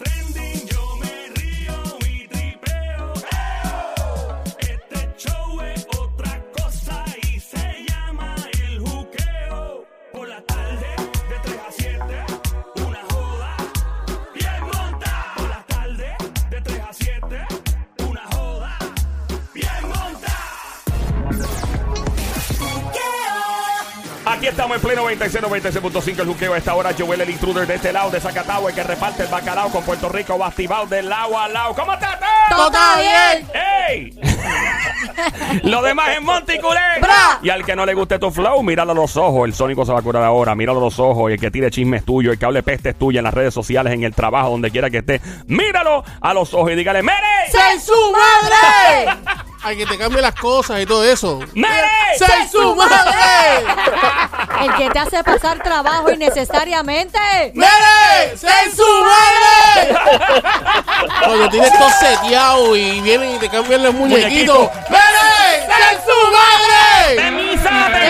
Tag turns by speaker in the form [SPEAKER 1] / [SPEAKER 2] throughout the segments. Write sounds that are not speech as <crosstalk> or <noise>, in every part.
[SPEAKER 1] Este Aquí estamos en pleno 96, 96.5 el juqueo a esta hora. Joel el intruder de este lado, de Zacatau, el que reparte el bacalao con Puerto Rico, bastibao del lado al lado. ¿Cómo estás?
[SPEAKER 2] Todo está bien.
[SPEAKER 3] <laughs>
[SPEAKER 1] ¡Ey! Lo demás es Monticulé.
[SPEAKER 2] Bra.
[SPEAKER 1] Y al que no le guste tu flow, míralo a los ojos. El Sónico se va a curar ahora. Míralo a los ojos. Y el que tire chisme es tuyo. El que hable peste es tuyo. En las redes sociales, en el trabajo, donde quiera que esté. Míralo a los ojos y dígale: ¡Mere!
[SPEAKER 2] ¡Ser su madre!
[SPEAKER 4] A que te cambie las cosas y todo eso.
[SPEAKER 1] ¡Mere!
[SPEAKER 2] ¡Ser su madre!
[SPEAKER 5] El que te hace pasar trabajo innecesariamente.
[SPEAKER 2] ¡Mere! ¡Ser su madre!
[SPEAKER 4] Cuando tienes todo seteado y vienen y te cambian los muñequitos.
[SPEAKER 1] Muñequito.
[SPEAKER 4] ¡Mere! ¡Ser su madre!
[SPEAKER 1] ¡Temisa,
[SPEAKER 5] Dios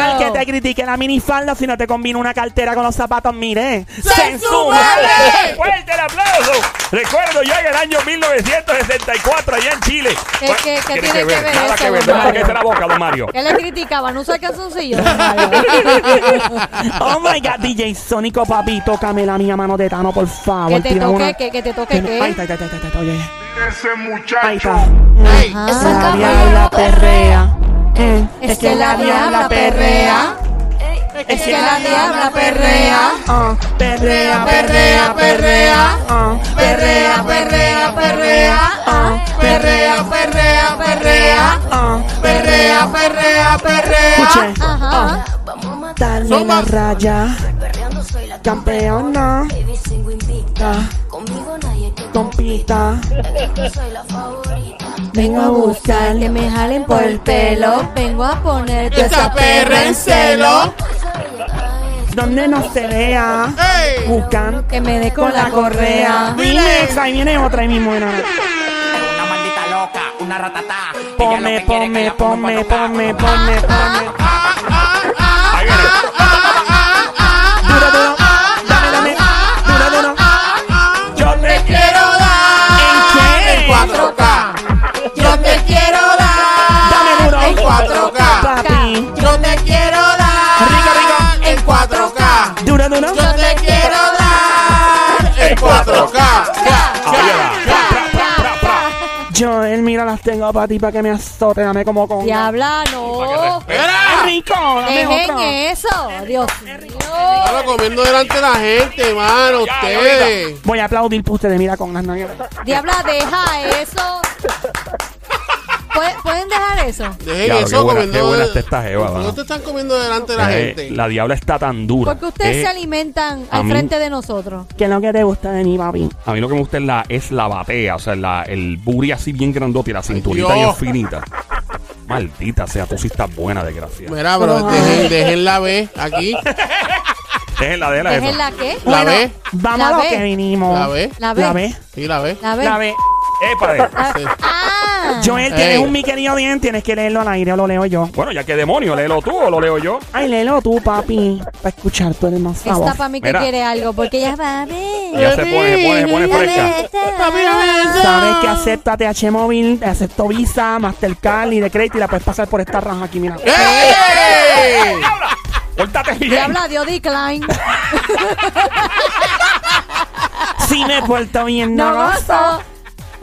[SPEAKER 3] Al que te
[SPEAKER 5] mío.
[SPEAKER 3] critique la minifalda si no te combina una cartera con los zapatos, mire.
[SPEAKER 4] ¡Sé su
[SPEAKER 3] su
[SPEAKER 4] madre!
[SPEAKER 1] ¡Fuerte el aplauso! Recuerdo ya en el año 1964 allá en Chile.
[SPEAKER 5] ¿Qué-
[SPEAKER 1] Bueno,
[SPEAKER 5] qué- qué tiene que ver
[SPEAKER 1] Nada
[SPEAKER 5] eso,
[SPEAKER 1] que ver.
[SPEAKER 5] don
[SPEAKER 1] Nada que
[SPEAKER 5] Mario?
[SPEAKER 1] ver la boca, don Mario.
[SPEAKER 5] ¿Qué le criticaban? ¿Usa calzoncillos?
[SPEAKER 3] <laughs> Oh my god, DJ Sónico, papi, tócame la mía mano de Tano, por favor.
[SPEAKER 5] que te
[SPEAKER 3] Tírame una-
[SPEAKER 5] toque, que, que te toque,
[SPEAKER 3] Ay, está,
[SPEAKER 5] ¿qué?
[SPEAKER 3] está, está, está, está, oye. Ahí
[SPEAKER 6] muchacho.
[SPEAKER 3] está.
[SPEAKER 4] ¡Ey!
[SPEAKER 5] Ah,
[SPEAKER 3] La diabla perrea. Eh,
[SPEAKER 5] Es que la diabla perrea. Es que la diabla perrea.
[SPEAKER 3] Ah, perrea,
[SPEAKER 2] Perrea, perrea.
[SPEAKER 3] ah,
[SPEAKER 2] Perrea, perrea, perrea.
[SPEAKER 3] ah,
[SPEAKER 2] Perrea, perrea, perrea.
[SPEAKER 3] ah.
[SPEAKER 2] Perrea, perrea, perrea.
[SPEAKER 3] Escuche.
[SPEAKER 5] Ajá.
[SPEAKER 3] Darme
[SPEAKER 4] Zumba.
[SPEAKER 3] la raya, campeona, ta,
[SPEAKER 7] Conmigo nadie te
[SPEAKER 3] compita.
[SPEAKER 7] soy la favorita.
[SPEAKER 5] Vengo a buscar que me jalen por el pelo. Vengo a ponerte
[SPEAKER 4] ¡Esa perra en celo!
[SPEAKER 3] Donde no se vea,
[SPEAKER 4] ¡Ey!
[SPEAKER 3] buscan
[SPEAKER 5] Que me dé con la correa.
[SPEAKER 3] Dime, ahí viene otra ahí mismo, era.
[SPEAKER 8] Una maldita loca, una ratatá.
[SPEAKER 3] Ponme, ponme, ponme, ponme, ponme, ponme.
[SPEAKER 5] Ah,
[SPEAKER 1] Ahí viene.
[SPEAKER 4] ah,
[SPEAKER 3] Duro, duro, dame, dame, duro, duro.
[SPEAKER 4] ah,
[SPEAKER 1] Yo te
[SPEAKER 4] ¡Quiero dar!
[SPEAKER 3] ¿En
[SPEAKER 4] 4K!
[SPEAKER 3] qué?
[SPEAKER 4] ¡Yo te quiero
[SPEAKER 3] Dame duro.
[SPEAKER 4] dar! ¡En 4K!
[SPEAKER 3] Papi,
[SPEAKER 4] ¡Yo te quiero dar!
[SPEAKER 3] Rico,
[SPEAKER 4] ¡En 4K!
[SPEAKER 3] duro, duro.
[SPEAKER 4] Yo te quiero dar el 4K.
[SPEAKER 1] Ahora. Pra, pra, pra, pra, pra.
[SPEAKER 3] Yo, él, mira, las tengo para ti, para que me azote, dame como con.
[SPEAKER 5] Diabla, no.
[SPEAKER 3] ¡Ah, rico! Dame
[SPEAKER 5] Dejen
[SPEAKER 3] otra.
[SPEAKER 5] eso. Dios mío.
[SPEAKER 4] Ahora comiendo delante de la gente, mano,
[SPEAKER 1] Ya,
[SPEAKER 4] ustedes.
[SPEAKER 3] Voy a aplaudir por ustedes, mira, con las nalgas.
[SPEAKER 5] Diabla, deja eso. ¿Pueden- ¿Pueden dejar eso?
[SPEAKER 4] Dejen
[SPEAKER 1] Diablo, qué
[SPEAKER 4] eso
[SPEAKER 1] buena-
[SPEAKER 4] comiendo.
[SPEAKER 1] qué buena
[SPEAKER 4] del-
[SPEAKER 1] está esta jeva,
[SPEAKER 4] ¿Por qué
[SPEAKER 1] mano?
[SPEAKER 4] te están comiendo delante de la
[SPEAKER 1] Eh,
[SPEAKER 4] gente?
[SPEAKER 1] la diabla está tan dura.
[SPEAKER 5] Porque ustedes
[SPEAKER 1] Eh,
[SPEAKER 5] se alimentan
[SPEAKER 1] a
[SPEAKER 5] al
[SPEAKER 1] mí-
[SPEAKER 5] frente de nosotros.
[SPEAKER 3] ¿Qué es lo que te gusta de mí, papi?
[SPEAKER 1] A mí lo que me gusta es la, es la batea, o sea, la, el booty así bien grandote y la cinturita bien
[SPEAKER 4] Dios.
[SPEAKER 1] finita. Maldita sea, tú sí estás buena, desgracia.
[SPEAKER 4] Mira, bro, dejen, dejen la B aquí.
[SPEAKER 1] Déjenla, déjenla eso.
[SPEAKER 5] ¿Dejen la qué?
[SPEAKER 4] La B.
[SPEAKER 3] Vamos
[SPEAKER 5] La
[SPEAKER 3] a lo
[SPEAKER 5] B.
[SPEAKER 3] que vinimos.
[SPEAKER 4] La B.
[SPEAKER 5] La B.
[SPEAKER 3] La B.
[SPEAKER 4] Sí, la B.
[SPEAKER 5] La B.
[SPEAKER 3] La B.
[SPEAKER 1] Épale.
[SPEAKER 5] Ah, ah.
[SPEAKER 3] Joel, tienes
[SPEAKER 4] Ey.
[SPEAKER 3] un mi querido bien, tienes que leerlo al aire o lo leo yo.
[SPEAKER 1] Bueno, ya que demonio, léelo tú o lo leo yo.
[SPEAKER 3] Ay, léelo tú, papi. Para escuchar, tú eres más
[SPEAKER 5] Esta
[SPEAKER 3] sabor.
[SPEAKER 5] para mí que
[SPEAKER 1] Mira.
[SPEAKER 5] quiere algo, porque ella va a ver.
[SPEAKER 1] Ya se pone, se pone, se pone fresca.
[SPEAKER 4] Ah,
[SPEAKER 3] Sabes que acepta TH Móvil, acepto Visa, Mastercard y de crédito y la puedes pasar por esta raja aquí, mira.
[SPEAKER 4] ¡Eh! ¡Ey!
[SPEAKER 1] Pórtate bien.
[SPEAKER 5] Diabla dio decline.
[SPEAKER 3] Sí me he puesto bien,
[SPEAKER 5] No
[SPEAKER 3] no.
[SPEAKER 5] gozo.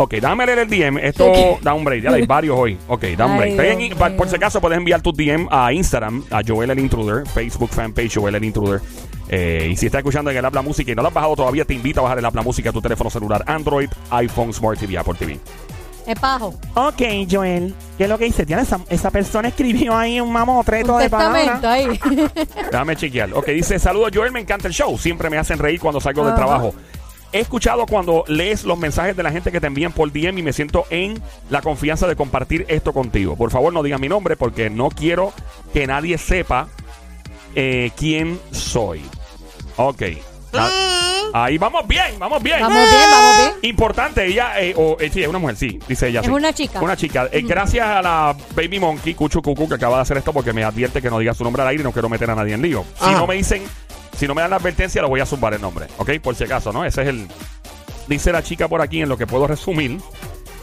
[SPEAKER 1] Ok, dame leer el DM. Esto da un break. Ya hay varios hoy. Ok, da un
[SPEAKER 5] Ay,
[SPEAKER 1] break. Está
[SPEAKER 5] Dios
[SPEAKER 1] bien, pa- por
[SPEAKER 5] mío.
[SPEAKER 1] si acaso puedes enviar tu DM a Instagram, a Joel el Intruder, Facebook fanpage Joel el Intruder. Eh, y si estás escuchando en el Habla Música y no lo has bajado todavía, te invito a bajar el Habla Música a tu teléfono celular, Android, iPhone, Smart TV, Apple TV.
[SPEAKER 5] Es pajo.
[SPEAKER 3] Ok, Joel. ¿Qué es lo que dice? Tiene esa, esa persona escribió ahí un mamotreto
[SPEAKER 5] Un
[SPEAKER 3] de palabras.
[SPEAKER 5] testamento ahí. <laughs>
[SPEAKER 1] Déjame chequear. Ok, dice, saludos Joel, me encanta el show. Siempre me hacen reír cuando salgo del
[SPEAKER 5] Ajá.
[SPEAKER 1] trabajo. He escuchado cuando lees los mensajes de la gente que te envían por DM y me siento en la confianza de compartir esto contigo. Por favor, no digas mi nombre porque no quiero que nadie sepa eh, quién soy. Ok. Ah, Ahí vamos bien, vamos bien.
[SPEAKER 5] vamos bien, vamos bien.
[SPEAKER 1] Importante, ella, eh, o, eh, sí, es una mujer, sí, dice ella.
[SPEAKER 5] Es
[SPEAKER 1] sí.
[SPEAKER 5] una chica.
[SPEAKER 1] Una chica. Eh, gracias a la Baby Monkey, Cuchu Cucu, que acaba de hacer esto porque me advierte que no diga su nombre al aire y no quiero meter a nadie en lío. Si
[SPEAKER 4] Ajá.
[SPEAKER 1] no me dicen, si no me dan la advertencia, lo voy a zumbar el nombre, ¿ok? Por si acaso, ¿no? Ese es el... Dice la chica por aquí, en lo que puedo resumir,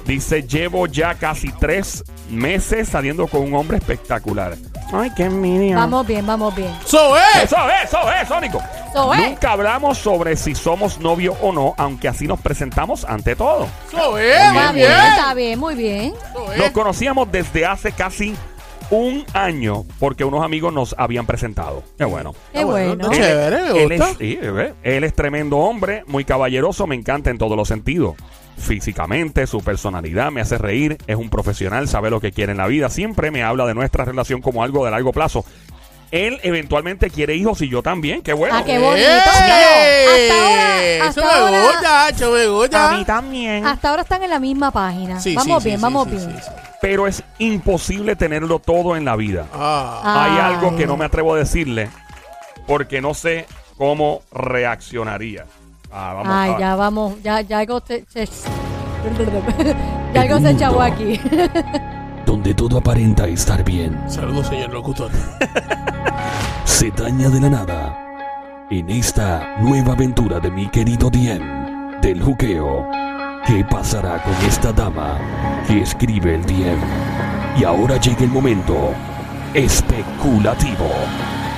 [SPEAKER 1] dice, llevo ya casi tres meses saliendo con un hombre espectacular.
[SPEAKER 3] Ay, qué envidia.
[SPEAKER 5] Vamos bien, vamos bien.
[SPEAKER 4] ¡So es!
[SPEAKER 1] Eso es, eso es, Sónico.
[SPEAKER 5] Eso es.
[SPEAKER 1] Nunca hablamos sobre si somos novio o no, aunque así nos presentamos ante todo.
[SPEAKER 4] ¡So es!
[SPEAKER 5] Está
[SPEAKER 4] ¡Muy
[SPEAKER 5] bien,
[SPEAKER 4] bien!
[SPEAKER 5] está bien, muy bien.
[SPEAKER 4] ¡So
[SPEAKER 1] Nos
[SPEAKER 4] es!
[SPEAKER 1] conocíamos desde hace casi un año porque unos amigos nos habían presentado. Qué bueno.
[SPEAKER 5] Qué bueno.
[SPEAKER 4] Qué Ah, chévere, me
[SPEAKER 1] Él es,
[SPEAKER 4] gusta.
[SPEAKER 1] sí, bebé. Él es tremendo hombre, muy caballeroso, me encanta en todos los sentidos. Físicamente, su personalidad me hace reír, es un profesional, sabe lo que quiere en la vida, siempre me habla de nuestra relación como algo de largo plazo. Él eventualmente quiere hijos y yo también, qué bueno.
[SPEAKER 5] Ah, qué bonito.
[SPEAKER 4] ¡Ey!
[SPEAKER 5] Hasta ahora-
[SPEAKER 4] eh, Eso
[SPEAKER 5] hasta
[SPEAKER 4] me
[SPEAKER 5] ahora-
[SPEAKER 4] gusta, eso me
[SPEAKER 3] A mí
[SPEAKER 4] gusta.
[SPEAKER 3] también.
[SPEAKER 5] Hasta ahora están en la misma página.
[SPEAKER 4] Sí, sí,
[SPEAKER 5] vamos
[SPEAKER 4] sí,
[SPEAKER 5] bien,
[SPEAKER 4] sí,
[SPEAKER 5] vamos
[SPEAKER 4] sí,
[SPEAKER 5] bien.
[SPEAKER 4] sí, sí.
[SPEAKER 1] Pero es imposible tenerlo todo en la vida.
[SPEAKER 4] Ah,
[SPEAKER 5] Ah.
[SPEAKER 1] Hay algo que no me atrevo a decirle porque no sé cómo reaccionaría. Ah, vamos
[SPEAKER 5] Ay,
[SPEAKER 1] ah.
[SPEAKER 5] ya vamos, ya, ya algo se, se- <laughs> ya algo se echó aquí. <laughs>
[SPEAKER 6] donde todo aparenta estar bien,
[SPEAKER 4] saludos, señor locutor.
[SPEAKER 6] se daña de la nada. En esta nueva aventura de mi querido DM del juqueo, ¿qué pasará con esta dama que escribe el DM? Y ahora llega el momento especulativo.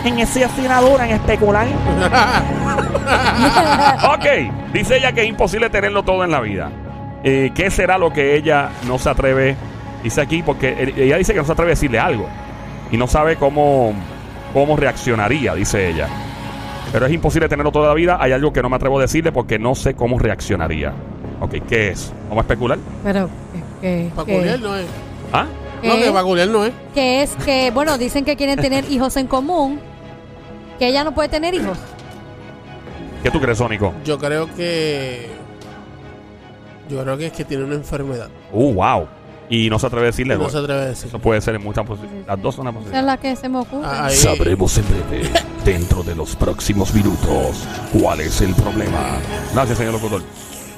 [SPEAKER 3] En ese yo soy una dura, en especular.
[SPEAKER 1] Ok, dice ella que es imposible tenerlo todo en la vida. Eh, ¿Qué será lo que ella no se atreve? Dice aquí, porque él- ella dice que no se atreve a decirle algo. Y no sabe cómo, cómo reaccionaría, dice ella. Pero es imposible tenerlo toda la vida. Hay algo que no me atrevo a decirle porque no sé cómo reaccionaría. Ok, ¿qué es? ¿Vamos a especular?
[SPEAKER 5] Pero que, que-
[SPEAKER 4] Paculiar no es.
[SPEAKER 1] ¿Ah?
[SPEAKER 5] que-
[SPEAKER 4] No, que Paculiar no es.
[SPEAKER 5] que es que, bueno, dicen que quieren tener hijos en común, que ella no puede tener hijos.
[SPEAKER 1] ¿Qué tú crees, Sónico?
[SPEAKER 4] Yo creo que. Yo creo que es que tiene una enfermedad.
[SPEAKER 1] Uh, wow. Y no se atreve a decirle.
[SPEAKER 4] No
[SPEAKER 1] bueno,
[SPEAKER 4] se atreve a decir. Ah,
[SPEAKER 1] Eso puede ser en muchas posibilidades. Las dos son una
[SPEAKER 5] Esa es
[SPEAKER 1] posibilidad.
[SPEAKER 5] la que se me ocurre.
[SPEAKER 4] Ahí-
[SPEAKER 6] Sabremos en breve, dentro de los próximos minutos, cuál es el problema.
[SPEAKER 1] Gracias, señor locutor.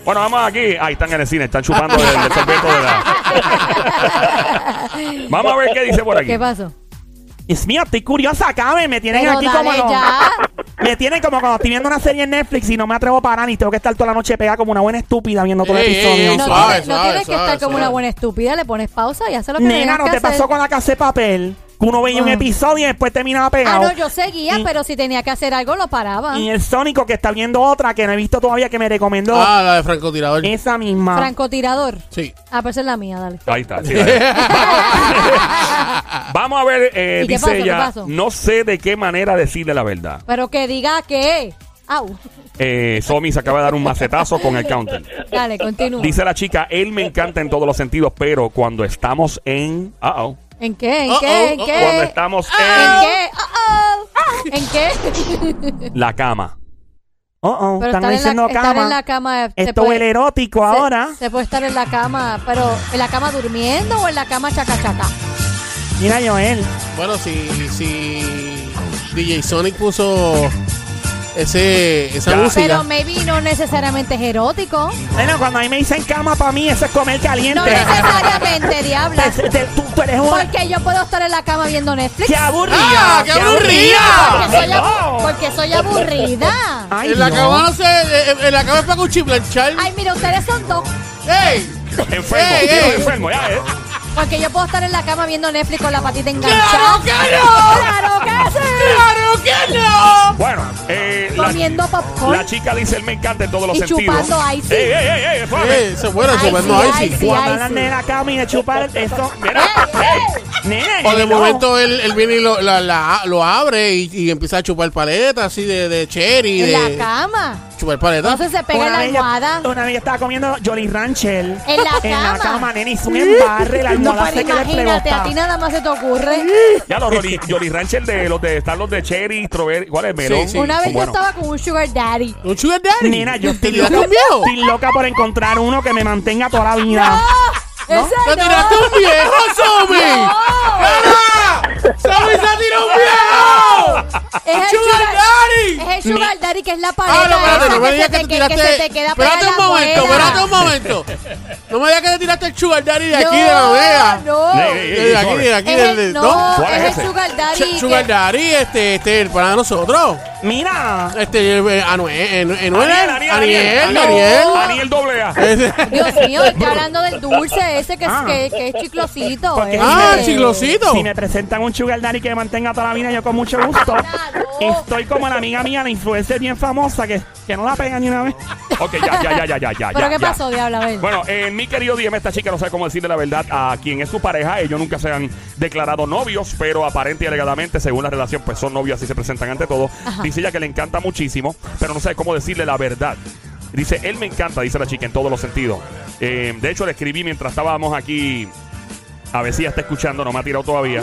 [SPEAKER 1] Bueno, vamos aquí. Ahí están en el cine, están chupando el, el sorbeto de la. vamos a ver qué dice por aquí.
[SPEAKER 5] ¿Qué pasó?
[SPEAKER 3] Dios mío, estoy curiosa, cabe. Me tienen
[SPEAKER 5] Pero
[SPEAKER 3] aquí
[SPEAKER 5] dale
[SPEAKER 3] como. lo-
[SPEAKER 5] ya.
[SPEAKER 3] Me tienen como cuando estoy viendo una serie en Netflix y no me atrevo a parar y tengo que estar toda la noche pegada como una buena estúpida viendo todo el
[SPEAKER 4] Ey, ey,
[SPEAKER 3] episodio.
[SPEAKER 4] ey,
[SPEAKER 5] Eh, No,
[SPEAKER 4] suave,
[SPEAKER 5] tienes, no
[SPEAKER 4] suave,
[SPEAKER 5] tienes que
[SPEAKER 4] suave,
[SPEAKER 5] estar como
[SPEAKER 4] suave.
[SPEAKER 5] una buena estúpida, le pones pausa y haces lo que
[SPEAKER 3] Nena,
[SPEAKER 5] tengas
[SPEAKER 3] ¿no
[SPEAKER 5] que
[SPEAKER 3] te
[SPEAKER 5] hacer.
[SPEAKER 3] pasó con la casa de papel? Que uno veía un
[SPEAKER 5] Ah.
[SPEAKER 3] episodio y después terminaba
[SPEAKER 5] Ah,
[SPEAKER 3] pegado.
[SPEAKER 5] no, yo Ah. seguía,
[SPEAKER 3] Y-
[SPEAKER 5] pero si tenía que hacer algo lo paraba.
[SPEAKER 3] Y el Sónico que está viendo otra que no he visto todavía que me recomendó.
[SPEAKER 4] Ah, la de francotirador.
[SPEAKER 3] Esa misma.
[SPEAKER 5] Francotirador.
[SPEAKER 4] Sí.
[SPEAKER 5] Ah, pero esa es la mía, dale.
[SPEAKER 1] Ahí está. sí, ahí está. Vamos- Vamos a ver, eh,
[SPEAKER 5] ¿Y qué
[SPEAKER 1] dice
[SPEAKER 5] pasó, qué
[SPEAKER 1] ella.
[SPEAKER 5] pasó?
[SPEAKER 1] No sé de qué manera decirle la verdad.
[SPEAKER 5] Pero que diga que. Au.
[SPEAKER 1] Eh, Somi se acaba de dar un macetazo con el counter.
[SPEAKER 5] Dale, continúa.
[SPEAKER 1] Dice la chica, él me encanta en todos los sentidos, pero cuando estamos en. ah oh.
[SPEAKER 5] ¿En qué? ¿En
[SPEAKER 4] Oh,
[SPEAKER 5] qué? ¿En
[SPEAKER 4] oh, oh,
[SPEAKER 5] qué?
[SPEAKER 1] Cuando estamos
[SPEAKER 5] ¿En
[SPEAKER 1] en
[SPEAKER 5] qué? Oh, oh. ¿En qué?
[SPEAKER 1] la cama.
[SPEAKER 3] Oh, oh,
[SPEAKER 5] <laughs> Pero
[SPEAKER 3] están
[SPEAKER 5] estar en, la,
[SPEAKER 3] diciendo
[SPEAKER 5] estar
[SPEAKER 3] cama.
[SPEAKER 5] en la cama. eh, se
[SPEAKER 3] Esto
[SPEAKER 5] puede-
[SPEAKER 3] huele erótico
[SPEAKER 5] se-
[SPEAKER 3] ahora.
[SPEAKER 5] Se, puede estar en la cama, pero ¿en la cama durmiendo o en la cama chacachaca?
[SPEAKER 3] Mira, Joel.
[SPEAKER 4] Bueno, si, si DJ Sonic puso ese, esa
[SPEAKER 1] Ya.
[SPEAKER 5] Pero
[SPEAKER 4] música.
[SPEAKER 5] maybe no necesariamente es erótico.
[SPEAKER 3] Bueno, cuando a mí me dicen cama, para mí eso es comer caliente.
[SPEAKER 5] No necesariamente, diabla.
[SPEAKER 3] <laughs> Te- te- tú, tú eres una...
[SPEAKER 5] Porque yo puedo estar en la cama viendo Netflix.
[SPEAKER 3] ¡Qué aburrida!
[SPEAKER 4] ¡Ah, qué aburrida!
[SPEAKER 5] Porque soy, abu- porque soy aburrida.
[SPEAKER 3] Ay,
[SPEAKER 4] En la
[SPEAKER 3] Dios.
[SPEAKER 4] cama no se. eh, eh, En la cama es para cuchiplanchar.
[SPEAKER 5] Ay, mira, ustedes son dos.
[SPEAKER 4] ¡Ey!
[SPEAKER 1] Enfermo,
[SPEAKER 4] Ey,
[SPEAKER 1] tío,
[SPEAKER 4] ey.
[SPEAKER 1] enfermo, ya eh.
[SPEAKER 5] Porque yo puedo estar en la cama viendo Netflix con la patita
[SPEAKER 4] ¡Claro
[SPEAKER 5] enganchada.
[SPEAKER 4] que no!
[SPEAKER 5] ¡Claro que sí!
[SPEAKER 4] ¡Claro que no!
[SPEAKER 1] Bueno, eh, la-
[SPEAKER 5] Comiendo
[SPEAKER 1] La
[SPEAKER 5] popcorn.
[SPEAKER 1] chica dice, él me encanta en todos los
[SPEAKER 5] Y
[SPEAKER 1] sentidos.
[SPEAKER 5] chupando icy.
[SPEAKER 1] ¡Ey, ey, ey, ey! suave.
[SPEAKER 4] Eh, se fuera
[SPEAKER 5] Ay,
[SPEAKER 4] chupando
[SPEAKER 5] sí,
[SPEAKER 4] ahí,
[SPEAKER 5] ay,
[SPEAKER 4] sí.
[SPEAKER 5] sí.
[SPEAKER 3] Cuando andan de la cama y de chupar eso.
[SPEAKER 1] Mira,
[SPEAKER 5] Eh.
[SPEAKER 1] ey.
[SPEAKER 3] Nene,
[SPEAKER 5] <laughs>
[SPEAKER 4] O de
[SPEAKER 3] no.
[SPEAKER 4] momento él, él viene y lo, la- la- lo abre y, y empieza a chupar paletas así de, de cherry.
[SPEAKER 5] En
[SPEAKER 4] de
[SPEAKER 5] la cama.
[SPEAKER 4] Chupar paletas.
[SPEAKER 5] Entonces se pega en la
[SPEAKER 3] vez yo-
[SPEAKER 5] almohada.
[SPEAKER 3] una vez yo estaba comiendo Jolly Rancher.
[SPEAKER 5] En la
[SPEAKER 3] En la
[SPEAKER 5] cama.
[SPEAKER 3] cama, nene, hizo un embarre. La
[SPEAKER 5] No,
[SPEAKER 3] almohada
[SPEAKER 5] pero
[SPEAKER 3] se que le
[SPEAKER 5] imagínate, a
[SPEAKER 3] pregota.
[SPEAKER 5] ti nada más se te ocurre.
[SPEAKER 1] Ya los Rolly, Jolly Rancher de los de están los de Cherry, Strawberry, ¿cuál es? Melón. Eh,
[SPEAKER 4] Sí, sí.
[SPEAKER 5] Una vez
[SPEAKER 1] Bueno,
[SPEAKER 5] yo estaba con un sugar daddy.
[SPEAKER 4] Un sugar daddy.
[SPEAKER 3] Nena, yo estoy
[SPEAKER 4] ¿Te tiraste
[SPEAKER 3] loca,
[SPEAKER 4] un viejo?
[SPEAKER 3] estoy loca por encontrar uno que me mantenga toda la vida.
[SPEAKER 5] ¡Ese
[SPEAKER 4] ¡Te tiraste un viejo, Somi! ¡Nena! ¡Somi se tiró un viejo!
[SPEAKER 5] Es el
[SPEAKER 4] ¡Sugar
[SPEAKER 5] sugar
[SPEAKER 4] daddy!
[SPEAKER 5] Es el sugar daddy que es la
[SPEAKER 4] Ah,
[SPEAKER 5] paleta
[SPEAKER 4] no, espérate,
[SPEAKER 5] esa
[SPEAKER 4] no me
[SPEAKER 5] que,
[SPEAKER 4] digas
[SPEAKER 5] se
[SPEAKER 4] que
[SPEAKER 5] te,
[SPEAKER 4] te
[SPEAKER 5] que, que
[SPEAKER 4] tiraste.
[SPEAKER 5] se te queda
[SPEAKER 4] Espérate un momento, espérate un momento. No me digas que te tiraste el sugar daddy de aquí, de la
[SPEAKER 5] vega.
[SPEAKER 4] vega.
[SPEAKER 5] No,
[SPEAKER 1] Ey, ey,
[SPEAKER 4] De aquí, de aquí,
[SPEAKER 5] Es
[SPEAKER 4] del.
[SPEAKER 5] el,
[SPEAKER 4] ¿no?
[SPEAKER 5] no,
[SPEAKER 1] ¿Cuál
[SPEAKER 5] es
[SPEAKER 1] es
[SPEAKER 5] el
[SPEAKER 1] ese?
[SPEAKER 5] sugar daddy.
[SPEAKER 4] Su- Sugar
[SPEAKER 5] que-
[SPEAKER 4] daddy, este, este, el para nosotros.
[SPEAKER 3] Mira.
[SPEAKER 4] Este, eh, Anuel, eh, eh, Anuel,
[SPEAKER 6] Aniel,
[SPEAKER 4] Aniel,
[SPEAKER 6] Aniel, Aniel.
[SPEAKER 4] Aniel.
[SPEAKER 6] Aniel doble A.
[SPEAKER 4] Ese-
[SPEAKER 5] Dios mío, está hablando del dulce ese que es,
[SPEAKER 3] Ah.
[SPEAKER 5] que, que es chiclosito.
[SPEAKER 3] Porque-
[SPEAKER 5] este.
[SPEAKER 4] Ah, chiclosito.
[SPEAKER 3] Si me presentan un sugar daddy que me mantenga toda la vida, yo con mucho gusto. Estoy como la amiga mía, la influencer bien famosa, que, que no la pegan ni una vez.
[SPEAKER 6] Ok, ya, ya, ya, ya, ya, ya.
[SPEAKER 5] ¿Pero
[SPEAKER 6] ya,
[SPEAKER 5] qué
[SPEAKER 6] ya.
[SPEAKER 5] pasó, diabla? A ver.
[SPEAKER 6] Bueno, eh, mi querido DM, esta chica no sabe cómo decirle la verdad a quien es su pareja. Ellos nunca se han declarado novios, pero aparente y alegadamente, según la relación, pues son novios, así se presentan ante todo.
[SPEAKER 5] Ajá.
[SPEAKER 6] Dice ella que le encanta muchísimo, pero no sabe cómo decirle la verdad. Dice, él me encanta, dice la chica, en todos los sentidos. Eh, de hecho, le escribí mientras estábamos aquí a ver si ella está escuchando, no me ha tirado todavía.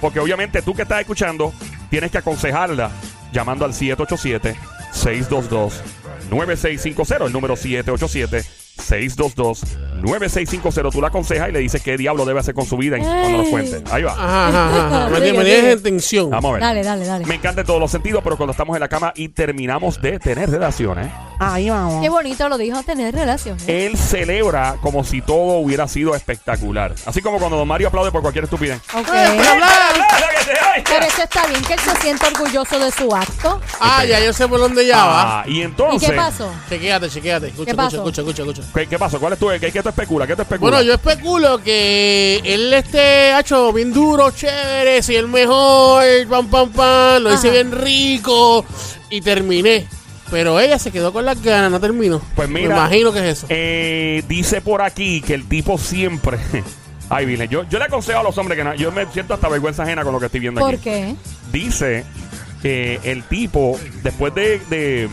[SPEAKER 6] Porque obviamente tú que estás escuchando, tienes que aconsejarla llamando al 787-622-9650, el número 787-622-9650. Tú la aconsejas y le dices qué diablo debe hacer con su vida en- cuando nos cuente. Ahí va.
[SPEAKER 4] Ajá, ajá, ajá. Me tienes- me tienes en tensión.
[SPEAKER 6] Vamos a ver.
[SPEAKER 5] Dale, dale, dale.
[SPEAKER 6] Me encanta en todos los sentidos, pero cuando estamos en la cama y terminamos de tener relaciones,
[SPEAKER 3] Ahí vamos.
[SPEAKER 5] Qué bonito lo dijo, tener ¿eh? relaciones.
[SPEAKER 6] él celebra como si todo hubiera sido espectacular. Así como cuando Don Mario aplaude por cualquier estupidez. <laughs>
[SPEAKER 5] Ok. Pero
[SPEAKER 6] ¡Habla!
[SPEAKER 5] eso está bien que él se sienta orgulloso de su acto.
[SPEAKER 4] Ah, ya, yo sé por dónde ya va.
[SPEAKER 6] Ah, y
[SPEAKER 5] ¿Y
[SPEAKER 6] entonces.
[SPEAKER 5] qué pasó?
[SPEAKER 4] Chequéate, chequéate. Escucha,
[SPEAKER 5] ¿Qué pasó?
[SPEAKER 4] escucha, escucha, escucha, escucha.
[SPEAKER 6] ¿Qué, qué pasó? ¿Cuál es tu? ¿Qué, qué te especula? ¿Qué te especula?
[SPEAKER 4] Bueno, yo especulo que él este ha hecho bien duro, chévere, si el mejor, pam, pam, pam, lo hice
[SPEAKER 5] Ajá.
[SPEAKER 4] bien rico y terminé. Pero ella se quedó con las ganas, no terminó.
[SPEAKER 6] Pues mira,
[SPEAKER 4] Me imagino que es eso.
[SPEAKER 6] Eh, dice por aquí que el tipo siempre. <laughs> Ay, Virgen, yo, yo le aconsejo a los hombres que no. Yo me siento hasta vergüenza ajena con lo que estoy viendo
[SPEAKER 5] ¿Por
[SPEAKER 6] aquí.
[SPEAKER 5] qué?
[SPEAKER 6] Dice que el tipo, después de. de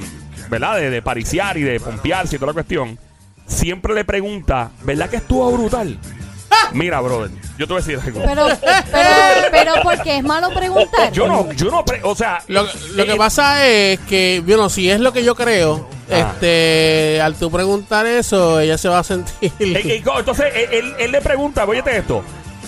[SPEAKER 6] ¿Verdad? De, de pariciar y de pompearse y toda la cuestión, siempre le pregunta, ¿verdad que estuvo brutal?
[SPEAKER 4] ¡Ah!
[SPEAKER 6] Mira, brother, yo te voy a decir algo.
[SPEAKER 5] Pero, pero, pero porque es malo preguntar.
[SPEAKER 6] yo no, yo no. pre- o sea,
[SPEAKER 4] Lo, lo que
[SPEAKER 6] eh,
[SPEAKER 4] pasa es que, bueno, si es lo que yo creo,
[SPEAKER 6] Ah.
[SPEAKER 4] este, al tú preguntar eso, ella se va a sentir.
[SPEAKER 6] Eh, eh, co- Entonces, él, él- él le pregunta, óyete esto.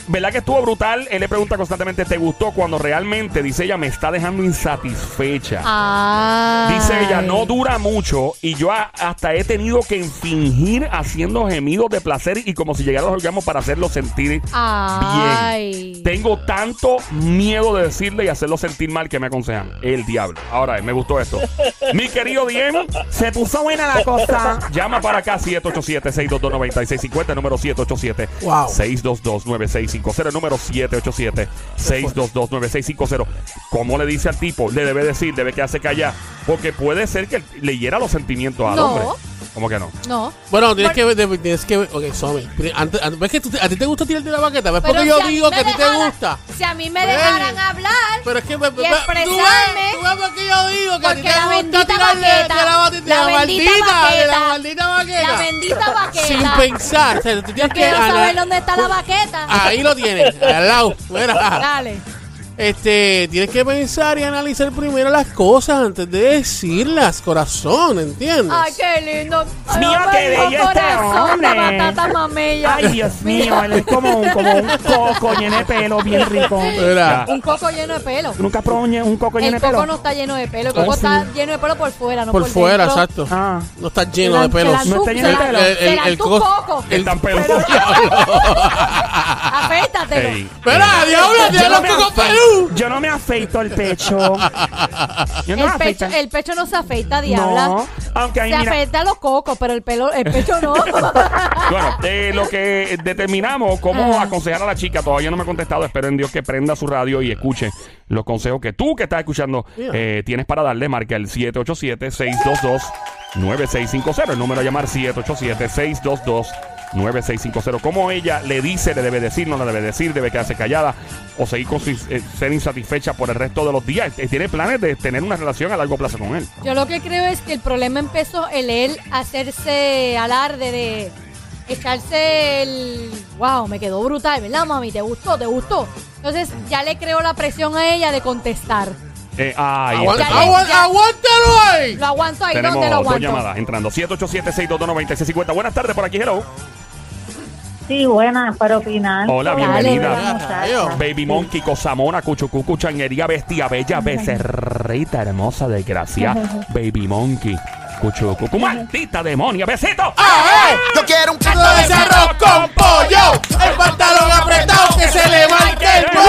[SPEAKER 6] ¿Verdad que estuvo brutal? Él le pregunta constantemente, ¿te gustó? Cuando realmente, dice ella, me está dejando insatisfecha.
[SPEAKER 5] Ah.
[SPEAKER 6] Dice ella, no dura mucho y yo a- hasta he tenido que fingir haciendo gemidos de placer y como si llegara a los orgasmos para hacerlo sentir
[SPEAKER 5] Ay.
[SPEAKER 6] bien. Tengo tanto miedo de decirle y hacerlo sentir mal que me aconsejan. El diablo. Ahora, eh, me gustó esto. Mi querido Diem,
[SPEAKER 3] Se puso buena la cosa.
[SPEAKER 6] Llama para acá 787-622-9650, número 787
[SPEAKER 4] Wow.
[SPEAKER 6] 622-9650, número 787 622-9650. ¿Cómo le dice al tipo? Le debe decir, debe quedarse callado, porque puede ser que le hiera los sentimientos al
[SPEAKER 5] No.
[SPEAKER 6] hombre. ¿Cómo que no?
[SPEAKER 5] No.
[SPEAKER 4] Bueno, tienes que ver, de- tienes que ver, ok, Somi, antes, antes- ¿ves que tú te- a ti te gusta tirarte la baqueta? ¿Ves porque
[SPEAKER 5] Pero
[SPEAKER 4] yo
[SPEAKER 5] si a mí
[SPEAKER 4] digo
[SPEAKER 5] me
[SPEAKER 4] que a ti te
[SPEAKER 5] dejaran-
[SPEAKER 4] gusta?
[SPEAKER 5] Si a mí me dejaran
[SPEAKER 4] Ven.
[SPEAKER 5] hablar.
[SPEAKER 4] Pero es que me,
[SPEAKER 5] Y expresarme.
[SPEAKER 4] tú ves, tú ves por qué yo digo que a
[SPEAKER 5] Porque
[SPEAKER 4] ti te
[SPEAKER 5] la
[SPEAKER 4] gusta
[SPEAKER 5] bendita baqueta,
[SPEAKER 4] tirarle de la baqueta, de
[SPEAKER 5] la bendita
[SPEAKER 4] la maldita, de la
[SPEAKER 5] baqueta,
[SPEAKER 4] maldita baqueta.
[SPEAKER 5] La bendita baqueta.
[SPEAKER 4] Sin pensar, o sea, tú tienes que
[SPEAKER 5] Quiero saber
[SPEAKER 4] ana-
[SPEAKER 5] dónde está la baqueta.
[SPEAKER 3] Ah.
[SPEAKER 4] Ahí lo tienes, al lado. Mira.
[SPEAKER 5] Dale.
[SPEAKER 4] Este, tienes que pensar y analizar primero las cosas antes de decirlas, corazón, ¿entiendes?
[SPEAKER 5] Ay, qué lindo. Ay,
[SPEAKER 3] Mío,
[SPEAKER 5] hombre,
[SPEAKER 3] qué bello este
[SPEAKER 5] corazón de
[SPEAKER 3] hombre.
[SPEAKER 5] batata mamella.
[SPEAKER 3] Ay, Dios mío, él es como un, como un coco lleno de pelo, bien rico.
[SPEAKER 4] Mira.
[SPEAKER 5] Un coco lleno de pelo.
[SPEAKER 3] ¿Tú nunca probó un, lle- un coco
[SPEAKER 5] El
[SPEAKER 3] lleno de
[SPEAKER 5] coco
[SPEAKER 3] pelo?
[SPEAKER 5] no está lleno de pelo. El coco
[SPEAKER 3] Oh,
[SPEAKER 5] está
[SPEAKER 3] sí.
[SPEAKER 5] lleno de pelo por fuera, no por,
[SPEAKER 4] por fuera,
[SPEAKER 5] dentro.
[SPEAKER 4] exacto.
[SPEAKER 3] Ah.
[SPEAKER 4] No está lleno de
[SPEAKER 5] Se la-
[SPEAKER 4] pelos.
[SPEAKER 5] se la-
[SPEAKER 3] No está lleno de
[SPEAKER 5] se la-
[SPEAKER 3] pelo.
[SPEAKER 5] se la- tu
[SPEAKER 4] cos-
[SPEAKER 5] coco.
[SPEAKER 4] el-
[SPEAKER 6] Están peludos.
[SPEAKER 3] Ah,
[SPEAKER 5] Aféitatelo.
[SPEAKER 6] Ey. <laughs>
[SPEAKER 4] Mira, diablo, tiene los cocos
[SPEAKER 3] afe-
[SPEAKER 4] pelú.
[SPEAKER 3] yo no me afeito el pecho. Yo no me
[SPEAKER 5] El
[SPEAKER 3] afeito.
[SPEAKER 5] pecho, el pecho no se afeita, diabla.
[SPEAKER 3] no, aunque ahí
[SPEAKER 5] se
[SPEAKER 3] mira,
[SPEAKER 5] afeita los cocos, pero el pelo, el pecho no.
[SPEAKER 3] <laughs>
[SPEAKER 6] Bueno, eh, lo que determinamos, cómo
[SPEAKER 5] Ajá.
[SPEAKER 6] aconsejar a la chica, todavía no me ha contestado. Espero en Dios que prenda su radio y escuche los consejos que tú que estás escuchando
[SPEAKER 4] Yeah.
[SPEAKER 6] eh, tienes para darle. Marca el 787-622-9650. El número a llamar 787-622-9650. Como ella le dice, le debe decir, no le debe decir, debe quedarse callada o seguir con su- eh, ser insatisfecha por el resto de los días. Eh, Tiene planes de tener una relación a largo plazo con él.
[SPEAKER 5] Yo lo que creo es que el problema empezó el él hacerse alarde de echarse el wow, me quedó brutal, ¿verdad, mami? ¿Te gustó? ¿Te gustó? Entonces ya le creo la presión a ella de contestar.
[SPEAKER 6] Eh, ahí
[SPEAKER 4] Aguanta-
[SPEAKER 6] está.
[SPEAKER 5] Ya, ya,
[SPEAKER 4] aguanta-
[SPEAKER 5] ya.
[SPEAKER 4] Aguántalo ahí.
[SPEAKER 5] Lo aguanto ahí,
[SPEAKER 6] Tenemos
[SPEAKER 5] ¿dónde lo
[SPEAKER 6] dos
[SPEAKER 5] aguanto?
[SPEAKER 6] llamadas entrando. 787-622-9650. Buenas tardes por aquí, hello.
[SPEAKER 9] Sí, buena, para opinar.
[SPEAKER 6] Hola,
[SPEAKER 5] Ah, Dale,
[SPEAKER 6] bienvenida.
[SPEAKER 5] dale.
[SPEAKER 4] Rayo.
[SPEAKER 6] Baby Monkey, Cosamona, Cuchucucu, Changuería, Bestia Bella, Becerrita, hermosa,
[SPEAKER 5] <laughs>
[SPEAKER 6] desgracia. Baby Monkey, Cuchucucu, maldita demonia, besito.
[SPEAKER 4] Ah, eh, Yo quiero un plato de ese arroz con pollo. El pantalón apretado que se le marque el pollo.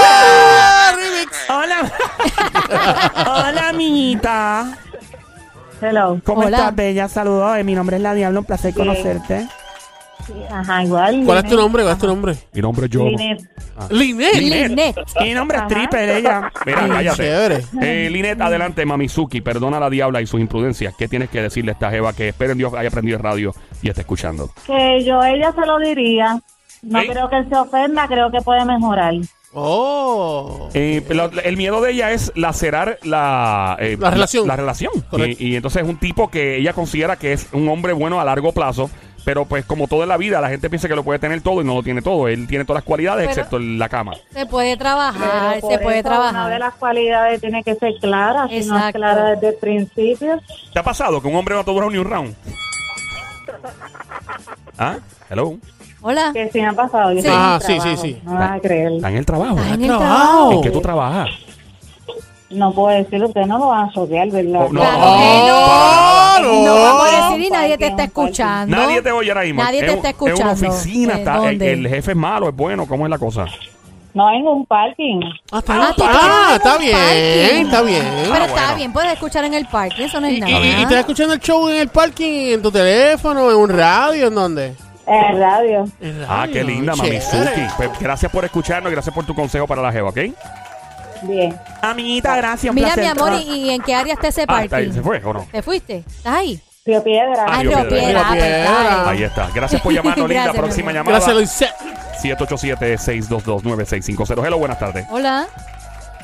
[SPEAKER 4] Remix.
[SPEAKER 3] Hola. <laughs> Hola, amiguita.
[SPEAKER 9] Hello.
[SPEAKER 3] ¿Cómo
[SPEAKER 5] Hola.
[SPEAKER 3] estás, bella? Saludos. eh, Mi nombre es La Diablo. Un placer
[SPEAKER 9] Bien.
[SPEAKER 3] conocerte.
[SPEAKER 9] Sí, Ajá, igual.
[SPEAKER 4] ¿Cuál es tu nombre? ¿Cuál es tu nombre?
[SPEAKER 1] Mi nombre es Joe.
[SPEAKER 9] Linet.
[SPEAKER 6] Ah.
[SPEAKER 4] Linet.
[SPEAKER 5] Linet.
[SPEAKER 3] Mi nombre es
[SPEAKER 9] Ajá.
[SPEAKER 3] Triple, ella.
[SPEAKER 1] Mira, cállate.
[SPEAKER 4] Chévere.
[SPEAKER 1] Eh, Linet, adelante, Mamizuki. Perdona a la diabla y sus imprudencias. ¿Qué tienes que decirle a esta Jeva que espero en Dios haya aprendido el radio y esté escuchando?
[SPEAKER 9] Que yo a ella se lo diría. No
[SPEAKER 1] ¿Sí?
[SPEAKER 9] creo que él se ofenda, creo que puede mejorar.
[SPEAKER 4] Oh.
[SPEAKER 1] Eh, la- la- el miedo de ella es lacerar la, eh,
[SPEAKER 4] La relación.
[SPEAKER 1] La, relación.
[SPEAKER 4] Correcto.
[SPEAKER 1] Y, y entonces es un tipo que ella considera que es un hombre bueno a largo plazo. Pero pues como toda la vida, la gente piensa que lo puede tener todo y no lo tiene todo. Él tiene todas las cualidades
[SPEAKER 5] Pero-
[SPEAKER 1] excepto en la cama.
[SPEAKER 5] Se puede trabajar,
[SPEAKER 9] Pero por
[SPEAKER 5] Ah, se puede
[SPEAKER 9] eso Una de
[SPEAKER 5] trabajar.
[SPEAKER 9] las cualidades tiene que ser clara, si no es
[SPEAKER 5] Exacto.
[SPEAKER 9] clara desde el principio.
[SPEAKER 1] ¿Te ha pasado que un hombre no te dura ni un
[SPEAKER 5] <laughs>
[SPEAKER 1] round? ¿Ah? Hello.
[SPEAKER 5] Hola.
[SPEAKER 9] Que sí me ha pasado. Yo
[SPEAKER 5] Sí.
[SPEAKER 9] estoy en
[SPEAKER 4] Ah,
[SPEAKER 9] mi
[SPEAKER 4] sí, sí,
[SPEAKER 9] trabajo,
[SPEAKER 4] sí.
[SPEAKER 9] No me vas a creer.
[SPEAKER 1] Está en el trabajo.
[SPEAKER 5] Ay, en el
[SPEAKER 4] Trabajo.
[SPEAKER 1] ¿En qué tú trabajas?
[SPEAKER 9] No puedo decirlo, ustedes no lo van a sopear, ¿verdad?
[SPEAKER 1] Oh, no.
[SPEAKER 5] Claro
[SPEAKER 4] Oh,
[SPEAKER 5] que no. No vamos a
[SPEAKER 9] no.
[SPEAKER 5] decir y nadie te está escuchando.
[SPEAKER 1] Nadie te oye ahora mismo.
[SPEAKER 5] Nadie te
[SPEAKER 1] Es-
[SPEAKER 5] está
[SPEAKER 1] Es una
[SPEAKER 5] escuchando.
[SPEAKER 1] oficina.
[SPEAKER 5] ¿En
[SPEAKER 1] Está, el,
[SPEAKER 5] dónde?
[SPEAKER 1] el jefe es malo, es bueno. ¿Cómo es la cosa?
[SPEAKER 9] No en un parking.
[SPEAKER 4] Ah, está,
[SPEAKER 5] Ah, tú
[SPEAKER 4] ah,
[SPEAKER 5] trabajas en
[SPEAKER 4] está
[SPEAKER 5] un
[SPEAKER 4] bien,
[SPEAKER 5] parking.
[SPEAKER 4] está bien. Ah,
[SPEAKER 5] Pero está
[SPEAKER 1] bueno.
[SPEAKER 5] bien, puedes escuchar en el parque, eso no es
[SPEAKER 4] Y,
[SPEAKER 5] nada.
[SPEAKER 4] y, y
[SPEAKER 1] ah.
[SPEAKER 4] estás escuchando el show en el parking, en tu teléfono, en un radio, ¿en dónde?
[SPEAKER 9] En Eh, radio.
[SPEAKER 4] En
[SPEAKER 1] Ah,
[SPEAKER 4] radio,
[SPEAKER 1] qué linda,
[SPEAKER 4] chévere.
[SPEAKER 1] Mamizuki. Pues gracias por escucharnos, gracias por tu consejo para la jeva, ¿ok?
[SPEAKER 9] Bien.
[SPEAKER 3] Amiguita, gracias. un
[SPEAKER 5] Mira, mi
[SPEAKER 3] placer.
[SPEAKER 5] amor, ¿y, y en qué área está ese
[SPEAKER 1] Ah, está
[SPEAKER 5] parking?
[SPEAKER 1] ahí, ¿se fue o no?
[SPEAKER 5] ¿Te fuiste? ¿Estás ahí?
[SPEAKER 9] Río Piedra.
[SPEAKER 1] Ah,
[SPEAKER 5] Ah,
[SPEAKER 1] Río
[SPEAKER 5] Río
[SPEAKER 1] Piedra.
[SPEAKER 5] Piedra,
[SPEAKER 4] Río
[SPEAKER 5] pues,
[SPEAKER 4] Piedra.
[SPEAKER 5] dale.
[SPEAKER 1] Ahí está. Gracias
[SPEAKER 5] <laughs>
[SPEAKER 1] por llamarnos, linda.
[SPEAKER 5] Gracias, mi
[SPEAKER 1] Próxima
[SPEAKER 5] amor.
[SPEAKER 1] llamada.
[SPEAKER 4] Gracias, Luisette.
[SPEAKER 1] 787-622-9650. Hello, buenas tardes.
[SPEAKER 5] Hola.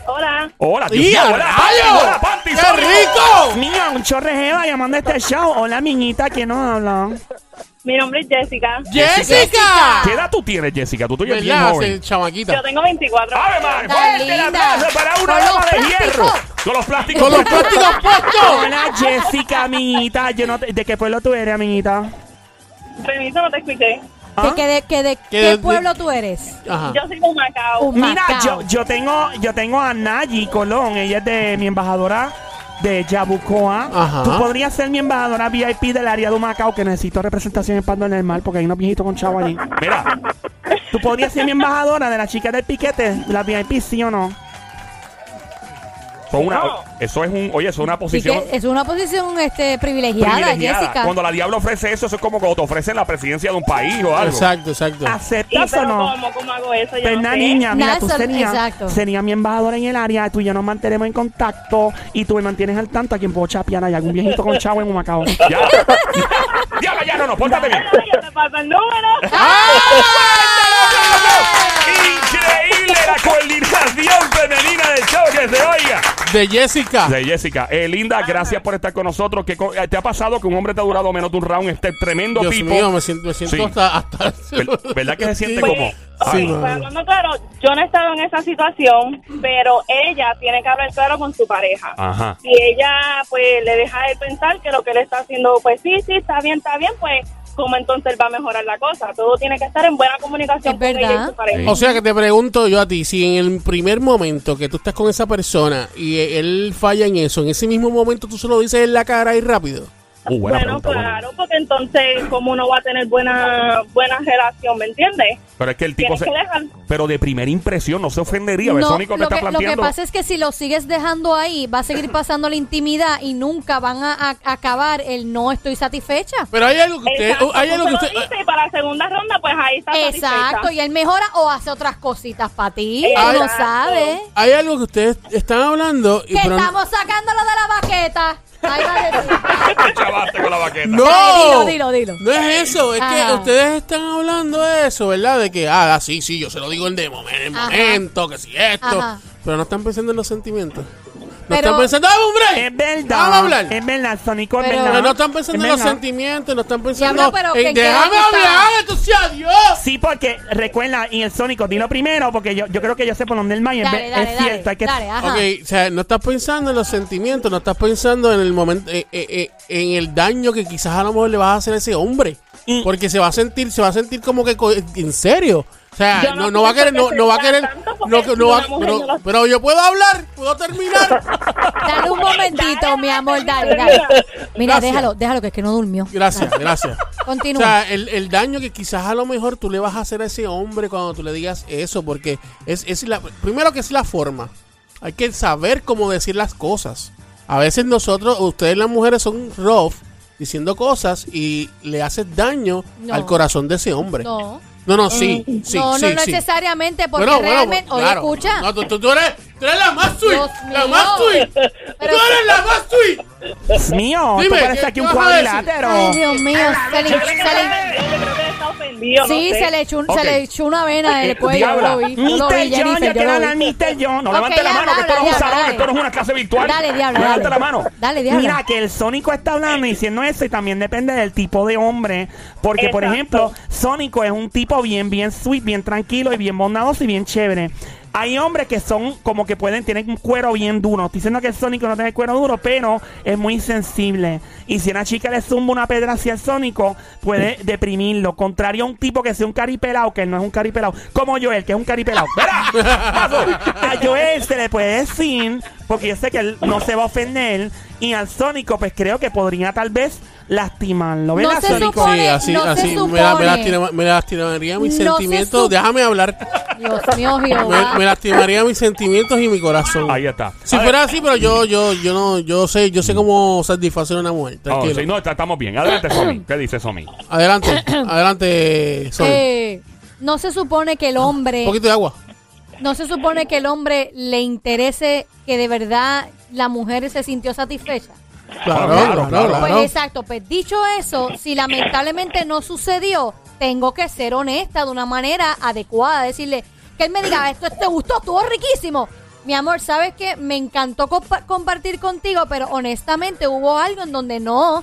[SPEAKER 9] Hola.
[SPEAKER 1] Hola, Dios
[SPEAKER 4] ¡Y
[SPEAKER 1] mío,
[SPEAKER 4] a
[SPEAKER 1] hola,
[SPEAKER 4] rayos!
[SPEAKER 1] Hola, Panty,
[SPEAKER 4] ¡Qué
[SPEAKER 1] sorry.
[SPEAKER 3] Dios
[SPEAKER 4] rico!
[SPEAKER 3] mío, un chorrejeva llamando a este show. Hola, miñita, ¿quién nos habla?
[SPEAKER 9] Mi nombre es Jessica.
[SPEAKER 4] ¡Jessica!
[SPEAKER 1] ¿Qué edad tú tienes, Jessica? Tú, tú eres bien
[SPEAKER 4] ¿Verdad?
[SPEAKER 1] joven.
[SPEAKER 4] Sí, chamaquita.
[SPEAKER 9] tengo 24.
[SPEAKER 1] ¡Ave María!
[SPEAKER 5] Está
[SPEAKER 1] ¡Fuerte el
[SPEAKER 5] linda.
[SPEAKER 1] este aplauso para una
[SPEAKER 5] Con
[SPEAKER 1] dama
[SPEAKER 5] los
[SPEAKER 1] de
[SPEAKER 5] plásticos.
[SPEAKER 1] hierro! Con los plásticos.
[SPEAKER 4] ¡Con los plásticos puestos!
[SPEAKER 3] Hola, Jessica, amiguita. Yo no te- ¿De qué pueblo tú eres, amiguita?
[SPEAKER 9] Permiso, no te escuché.
[SPEAKER 3] ¿Ah?
[SPEAKER 5] ¿Que- que de- que de-
[SPEAKER 4] de- de-
[SPEAKER 5] ¿Qué pueblo tú eres?
[SPEAKER 4] Ajá.
[SPEAKER 9] Yo soy de Macao.
[SPEAKER 3] Mira, yo,
[SPEAKER 5] Humacao.
[SPEAKER 3] yo tengo yo tengo a Nayi Colón, ella es de mi embajadora de Yabucoa.
[SPEAKER 4] Ajá.
[SPEAKER 3] Tú podrías ser mi embajadora VIP del área de Humacao, que necesito representación en Pando Normal porque hay unos viejitos con chavo allí.
[SPEAKER 1] Mira,
[SPEAKER 3] Tú podrías ser mi embajadora de la chica del piquete, de la VIP, ¿sí o no?
[SPEAKER 1] son una, eso es un, oye, eso es una
[SPEAKER 5] Así
[SPEAKER 1] posición
[SPEAKER 5] que es una posición este, privilegiada,
[SPEAKER 1] privilegiada.
[SPEAKER 5] Jessica.
[SPEAKER 1] Cuando la diabla ofrece eso, eso es como cuando te ofrecen la presidencia de un país o algo.
[SPEAKER 4] Exacto, exacto. <laughs>
[SPEAKER 3] ¿Aceptas o no?
[SPEAKER 9] ¿Cómo hago eso?
[SPEAKER 3] Pues nada, niña, mira,
[SPEAKER 5] Nada,
[SPEAKER 3] tú
[SPEAKER 5] eso-
[SPEAKER 3] serías,
[SPEAKER 5] exacto.
[SPEAKER 3] serías mi embajadora en el área, tú y yo nos mantenemos en contacto y tú me mantienes al tanto a quien puedo chapear hay algún viejito con chavo en Humacao.
[SPEAKER 1] Ya. diabla, ya no, no, pórtate bien.
[SPEAKER 9] Yo te paso el número.
[SPEAKER 5] ¡Ah!
[SPEAKER 1] ¡Ah!
[SPEAKER 4] ¡Ah!
[SPEAKER 1] Increíble la coordinación femenina del show que se oiga.
[SPEAKER 4] De Jessica.
[SPEAKER 1] De Jessica, eh, linda, gracias por estar con nosotros. ¿Qué co- eh, ¿Te ha pasado que un hombre te ha durado menos de un round? Este tremendo
[SPEAKER 4] Dios
[SPEAKER 1] tipo.
[SPEAKER 4] mío, Pues, me siento, me siento
[SPEAKER 1] Sí.
[SPEAKER 4] hasta, hasta-
[SPEAKER 1] Ver- ¿Verdad que se siente
[SPEAKER 4] Sí.
[SPEAKER 1] como?
[SPEAKER 4] Sí,
[SPEAKER 1] Ay,
[SPEAKER 4] mano.
[SPEAKER 9] Hablando claro, yo no he estado en esa situación, pero ella tiene que hablar claro con su pareja.
[SPEAKER 1] Ajá.
[SPEAKER 9] Y ella, pues, le deja de pensar que lo que le está haciendo, pues, sí, sí, está bien, está bien, pues, ¿cómo entonces va a mejorar la cosa? Todo tiene que estar en buena comunicación
[SPEAKER 5] Es
[SPEAKER 9] con ella
[SPEAKER 5] verdad.
[SPEAKER 9] y su pareja.
[SPEAKER 1] Sí.
[SPEAKER 4] O sea que te pregunto yo a ti, si en el primer momento que tú estás con esa persona y e- él falla en eso, en ese mismo momento tú se lo dices en la cara y rápido.
[SPEAKER 1] Uh, buena
[SPEAKER 9] Bueno,
[SPEAKER 1] pregunta, buena.
[SPEAKER 9] claro, porque entonces, ¿cómo uno va a tener buena, buena relación, me entiendes?
[SPEAKER 1] Pero es que el tipo
[SPEAKER 9] Tienes
[SPEAKER 1] se.
[SPEAKER 9] que dejar.
[SPEAKER 1] Pero de primera impresión, no se ofendería.
[SPEAKER 5] No,
[SPEAKER 1] No, te
[SPEAKER 5] lo,
[SPEAKER 1] está
[SPEAKER 5] que, lo que
[SPEAKER 1] planteando.
[SPEAKER 5] pasa es que si lo sigues dejando ahí, va a seguir pasando la intimidad y nunca van a, a- acabar el no estoy satisfecha.
[SPEAKER 4] Pero hay algo que usted... oh,
[SPEAKER 9] Exacto,
[SPEAKER 4] hay
[SPEAKER 9] tú
[SPEAKER 4] algo
[SPEAKER 9] se
[SPEAKER 4] que
[SPEAKER 9] lo
[SPEAKER 4] usted...
[SPEAKER 9] dices y para la segunda ronda, pues ahí está
[SPEAKER 5] Exacto,
[SPEAKER 9] satisfecha.
[SPEAKER 5] y él mejora o hace otras cositas para ti.
[SPEAKER 9] Exacto.
[SPEAKER 5] Tú no sabes.
[SPEAKER 4] eh, Hay algo que ustedes están hablando y
[SPEAKER 5] Que
[SPEAKER 4] pero-
[SPEAKER 5] estamos sacándolo de la baqueta. Ahí va de
[SPEAKER 4] <laughs>
[SPEAKER 5] ti.
[SPEAKER 1] Te chavaste con la baqueta.
[SPEAKER 4] No,
[SPEAKER 5] Dilo, dilo, dilo.
[SPEAKER 4] no es eso, es que
[SPEAKER 5] Ah.
[SPEAKER 4] ustedes están hablando de eso, ¿verdad? De que, ah, sí, sí, yo se lo digo en de momen- en
[SPEAKER 5] Ajá.
[SPEAKER 4] momento, que si esto,
[SPEAKER 5] Ajá.
[SPEAKER 4] pero no están pensando en los sentimientos. No
[SPEAKER 5] Pero-
[SPEAKER 4] están pensando, ¡dame un break!
[SPEAKER 3] Es verdad.
[SPEAKER 4] Vamos a hablar.
[SPEAKER 3] Es verdad, Sonico, es
[SPEAKER 5] Pero-
[SPEAKER 3] verdad.
[SPEAKER 4] Pero no están pensando
[SPEAKER 3] Es
[SPEAKER 4] en los
[SPEAKER 3] verdad.
[SPEAKER 4] sentimientos, no están
[SPEAKER 5] Diablo,
[SPEAKER 4] pensando
[SPEAKER 5] pero
[SPEAKER 4] en
[SPEAKER 5] ¿en qué
[SPEAKER 4] déjame
[SPEAKER 5] edad está?
[SPEAKER 4] hablar, entonces adiós.
[SPEAKER 3] Sí, porque recuerda, y el Sónico, dilo primero, porque yo, yo creo que yo sé por dónde el maíz es,
[SPEAKER 5] Dale,
[SPEAKER 3] ve-
[SPEAKER 5] dale,
[SPEAKER 3] es
[SPEAKER 5] dale.
[SPEAKER 3] cierto. hay que,
[SPEAKER 5] dale, ajá.
[SPEAKER 4] Ok, o sea, no estás pensando en los sentimientos, no estás pensando en el momento, eh, eh, eh, en el daño que quizás a lo mejor le vas a hacer a ese hombre.
[SPEAKER 3] Y-
[SPEAKER 9] Mm.
[SPEAKER 4] Porque se va a sentir, se va a sentir como que co- en serio. O sea,
[SPEAKER 9] Yo
[SPEAKER 4] no,
[SPEAKER 9] no
[SPEAKER 4] no va a
[SPEAKER 9] pienso
[SPEAKER 4] querer, no,
[SPEAKER 9] que
[SPEAKER 4] no va a
[SPEAKER 9] sea
[SPEAKER 4] querer,
[SPEAKER 9] tanto
[SPEAKER 4] no,
[SPEAKER 9] porque
[SPEAKER 4] no
[SPEAKER 9] una
[SPEAKER 4] va,
[SPEAKER 9] mujer
[SPEAKER 4] pero,
[SPEAKER 9] no lo-
[SPEAKER 4] pero yo puedo hablar, puedo
[SPEAKER 9] <laughs>
[SPEAKER 4] terminar.
[SPEAKER 5] Dale un momentito,
[SPEAKER 9] Dale,
[SPEAKER 5] mi
[SPEAKER 9] dale,
[SPEAKER 5] amor, dale,
[SPEAKER 9] dale,
[SPEAKER 5] dale.
[SPEAKER 9] dale.
[SPEAKER 5] Mira,
[SPEAKER 4] Gracias.
[SPEAKER 5] déjalo, déjalo, que es que no durmió.
[SPEAKER 4] Gracias, gracias. O
[SPEAKER 5] Continúa.
[SPEAKER 4] sea, el, el daño que quizás a lo mejor tú le vas a hacer a ese hombre cuando tú le digas eso, porque es, es la, primero que es la forma. Hay que saber cómo decir las cosas. A veces nosotros, ustedes las mujeres son rough diciendo cosas y le haces daño
[SPEAKER 5] No.
[SPEAKER 4] al corazón de ese hombre. No,
[SPEAKER 5] No. Mm,
[SPEAKER 4] no, sí, sí,
[SPEAKER 5] no,
[SPEAKER 4] sí,
[SPEAKER 5] no
[SPEAKER 4] sí.
[SPEAKER 5] necesariamente, porque
[SPEAKER 4] Bueno, bueno,
[SPEAKER 5] realmente.
[SPEAKER 4] bueno,
[SPEAKER 5] Oye,
[SPEAKER 4] claro.
[SPEAKER 5] escucha.
[SPEAKER 4] No, tú, tú- tú eres, tú eres la más sweet.
[SPEAKER 5] Dios
[SPEAKER 4] la
[SPEAKER 5] mío.
[SPEAKER 4] más sweet.
[SPEAKER 5] Pero-
[SPEAKER 4] tú eres la más sweet.
[SPEAKER 3] Dios mío,
[SPEAKER 4] Dime,
[SPEAKER 3] tú pareces
[SPEAKER 4] ¿qué-
[SPEAKER 3] aquí
[SPEAKER 4] qué
[SPEAKER 3] un
[SPEAKER 4] vas a decir?
[SPEAKER 3] cuadrilátero.
[SPEAKER 5] Ay, Dios mío. Se le,
[SPEAKER 9] Yo
[SPEAKER 5] se le-
[SPEAKER 9] creo que está ofendido.
[SPEAKER 5] sí,
[SPEAKER 9] no sé.
[SPEAKER 5] se le, echó, un-
[SPEAKER 1] Ok.
[SPEAKER 5] se le echó una vena en
[SPEAKER 1] Eh,
[SPEAKER 5] el cuello. Yo
[SPEAKER 1] Diabla.
[SPEAKER 5] lo vi. Yo lo vi,
[SPEAKER 3] Mister John,
[SPEAKER 5] Jennifer,
[SPEAKER 3] yo
[SPEAKER 5] yo
[SPEAKER 3] quiero
[SPEAKER 5] lo vi.
[SPEAKER 3] hablar, Mister John. No
[SPEAKER 5] Ok,
[SPEAKER 3] levante la
[SPEAKER 5] ya,
[SPEAKER 3] mano, que esto no es un
[SPEAKER 5] diabla,
[SPEAKER 1] salón,
[SPEAKER 5] dale.
[SPEAKER 1] esto no es una clase virtual.
[SPEAKER 5] Dale, diabla.
[SPEAKER 1] Levante
[SPEAKER 5] dale.
[SPEAKER 1] la mano.
[SPEAKER 5] Dale, diabla.
[SPEAKER 3] Mira, que el Sónico está hablando y diciendo eso y también depende del tipo de hombre.
[SPEAKER 5] Eh,
[SPEAKER 3] Porque, por
[SPEAKER 9] Exacto.
[SPEAKER 3] ejemplo, Sónico es un tipo bien, bien sweet, bien tranquilo y bien bondadoso y bien chévere. Hay hombres que son como que pueden tener un cuero bien duro. Estoy diciendo que el Sónico no tiene cuero duro, pero es muy sensible. Y si una chica le zumba una pedra hacia el Sónico, puede deprimirlo. Contrario a un tipo que sea un caripelao, que él no es un caripelao. Como Joel, que es un caripelao. ¡Verá! ¡Paso! A Joel se le puede decir, porque yo sé que él no se va a ofender. Y al Sónico, pues creo que podría tal vez lastimarlo. ¿Verdad,
[SPEAKER 5] No se
[SPEAKER 3] Sónico?
[SPEAKER 5] supone-
[SPEAKER 4] Sí, así,
[SPEAKER 5] no se
[SPEAKER 4] así. Me, la- me
[SPEAKER 5] supone.
[SPEAKER 4] lastima- me lastimaría mis
[SPEAKER 5] No se
[SPEAKER 4] sentimientos.
[SPEAKER 5] sup-
[SPEAKER 4] Déjame hablar.
[SPEAKER 5] Dios mío, Jehová.
[SPEAKER 4] Me, me lastimaría mis sentimientos y mi corazón.
[SPEAKER 1] Ahí está.
[SPEAKER 4] Si
[SPEAKER 1] A ver.
[SPEAKER 4] fuera así, pero yo, yo, yo no, yo sé, yo sé cómo satisfacer a una mujer.
[SPEAKER 1] Oh,
[SPEAKER 4] Tranquilo.
[SPEAKER 1] sí, no, está- estamos bien. Adelante, Somi. ¿Qué dice Somi?
[SPEAKER 4] Adelante,
[SPEAKER 5] <coughs>
[SPEAKER 4] adelante, Sol.
[SPEAKER 5] Eh, no se supone que el
[SPEAKER 4] Un
[SPEAKER 5] hombre.
[SPEAKER 4] poquito de agua.
[SPEAKER 5] No se supone que el hombre le interese que de verdad la mujer se sintió satisfecha.
[SPEAKER 4] Claro,
[SPEAKER 1] claro,
[SPEAKER 4] claro,
[SPEAKER 1] claro.
[SPEAKER 4] claro.
[SPEAKER 5] Pues exacto, pues dicho eso, si lamentablemente no sucedió, tengo que ser honesta de una manera adecuada, decirle que él me diga, esto te gustó, estuvo riquísimo. Mi amor, sabes que me encantó compa- compartir contigo, pero honestamente hubo algo en donde no,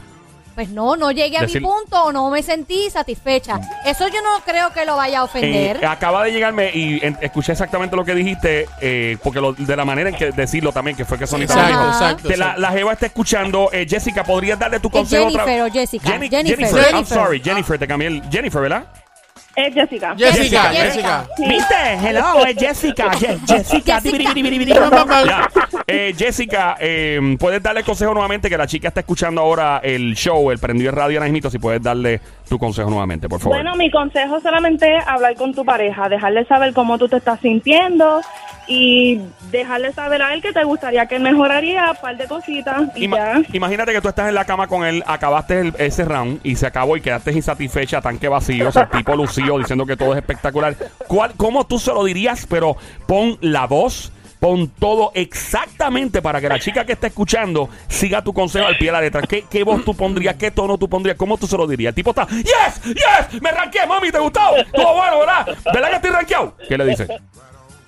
[SPEAKER 5] pues no, no llegué a
[SPEAKER 1] Decir-
[SPEAKER 5] mi punto o no me sentí satisfecha. Eso yo no creo que lo vaya a ofender.
[SPEAKER 1] Eh, acaba de llegarme y en- escuché exactamente lo que dijiste, eh, porque lo- de la manera en que decirlo también, que fue que Somi
[SPEAKER 5] Ajá.
[SPEAKER 1] también
[SPEAKER 4] Exacto,
[SPEAKER 1] dijo.
[SPEAKER 4] exacto.
[SPEAKER 1] Te la,
[SPEAKER 4] exacto.
[SPEAKER 1] la Jeva está escuchando. Eh, Jessica, ¿podrías darle tu
[SPEAKER 5] Es
[SPEAKER 1] consejo otra
[SPEAKER 5] Jennifer o Jessica.
[SPEAKER 1] Jenny-
[SPEAKER 5] Jennifer.
[SPEAKER 1] I'm
[SPEAKER 5] Jennifer.
[SPEAKER 1] sorry, Jennifer, te cambié el. Jennifer, ¿verdad?
[SPEAKER 9] Es Eh, Jessica.
[SPEAKER 4] Jessica,
[SPEAKER 5] Jessica,
[SPEAKER 4] Jessica.
[SPEAKER 3] ¿Viste? Hello, es Jessica. Ye- Jessica. Tibiribiribiribiri.
[SPEAKER 1] Ya. Eh, Jessica, eh, puedes darle consejo nuevamente, que la chica está escuchando ahora el show, el prendido de radio Anajimito, si puedes darle tu consejo nuevamente, por favor.
[SPEAKER 9] Bueno, mi consejo solamente es hablar con tu pareja, dejarle saber cómo tú te estás sintiendo y dejarle saber a él que te gustaría que él mejoraría un par de cositas y
[SPEAKER 1] Ima-
[SPEAKER 9] ya.
[SPEAKER 1] Imagínate que tú estás en la cama con él, acabaste el- ese round y se acabó y quedaste insatisfecha, tanque vacío, o sea, el tipo lucido diciendo que todo es espectacular. ¿Cuál, ¿Cómo tú se lo dirías? Pero pon la voz, pon todo exactamente para que la chica que está escuchando siga tu consejo al pie de la letra. ¿Qué, qué voz tú pondrías? ¿Qué tono tú pondrías? ¿Cómo tú se lo dirías? El tipo está, ¡Yes! ¡Yes! ¡Me ranqué, mami! ¿Te gustó? Todo bueno, ¿verdad? ¿Verdad que estoy ranqueado? ¿Qué le dices?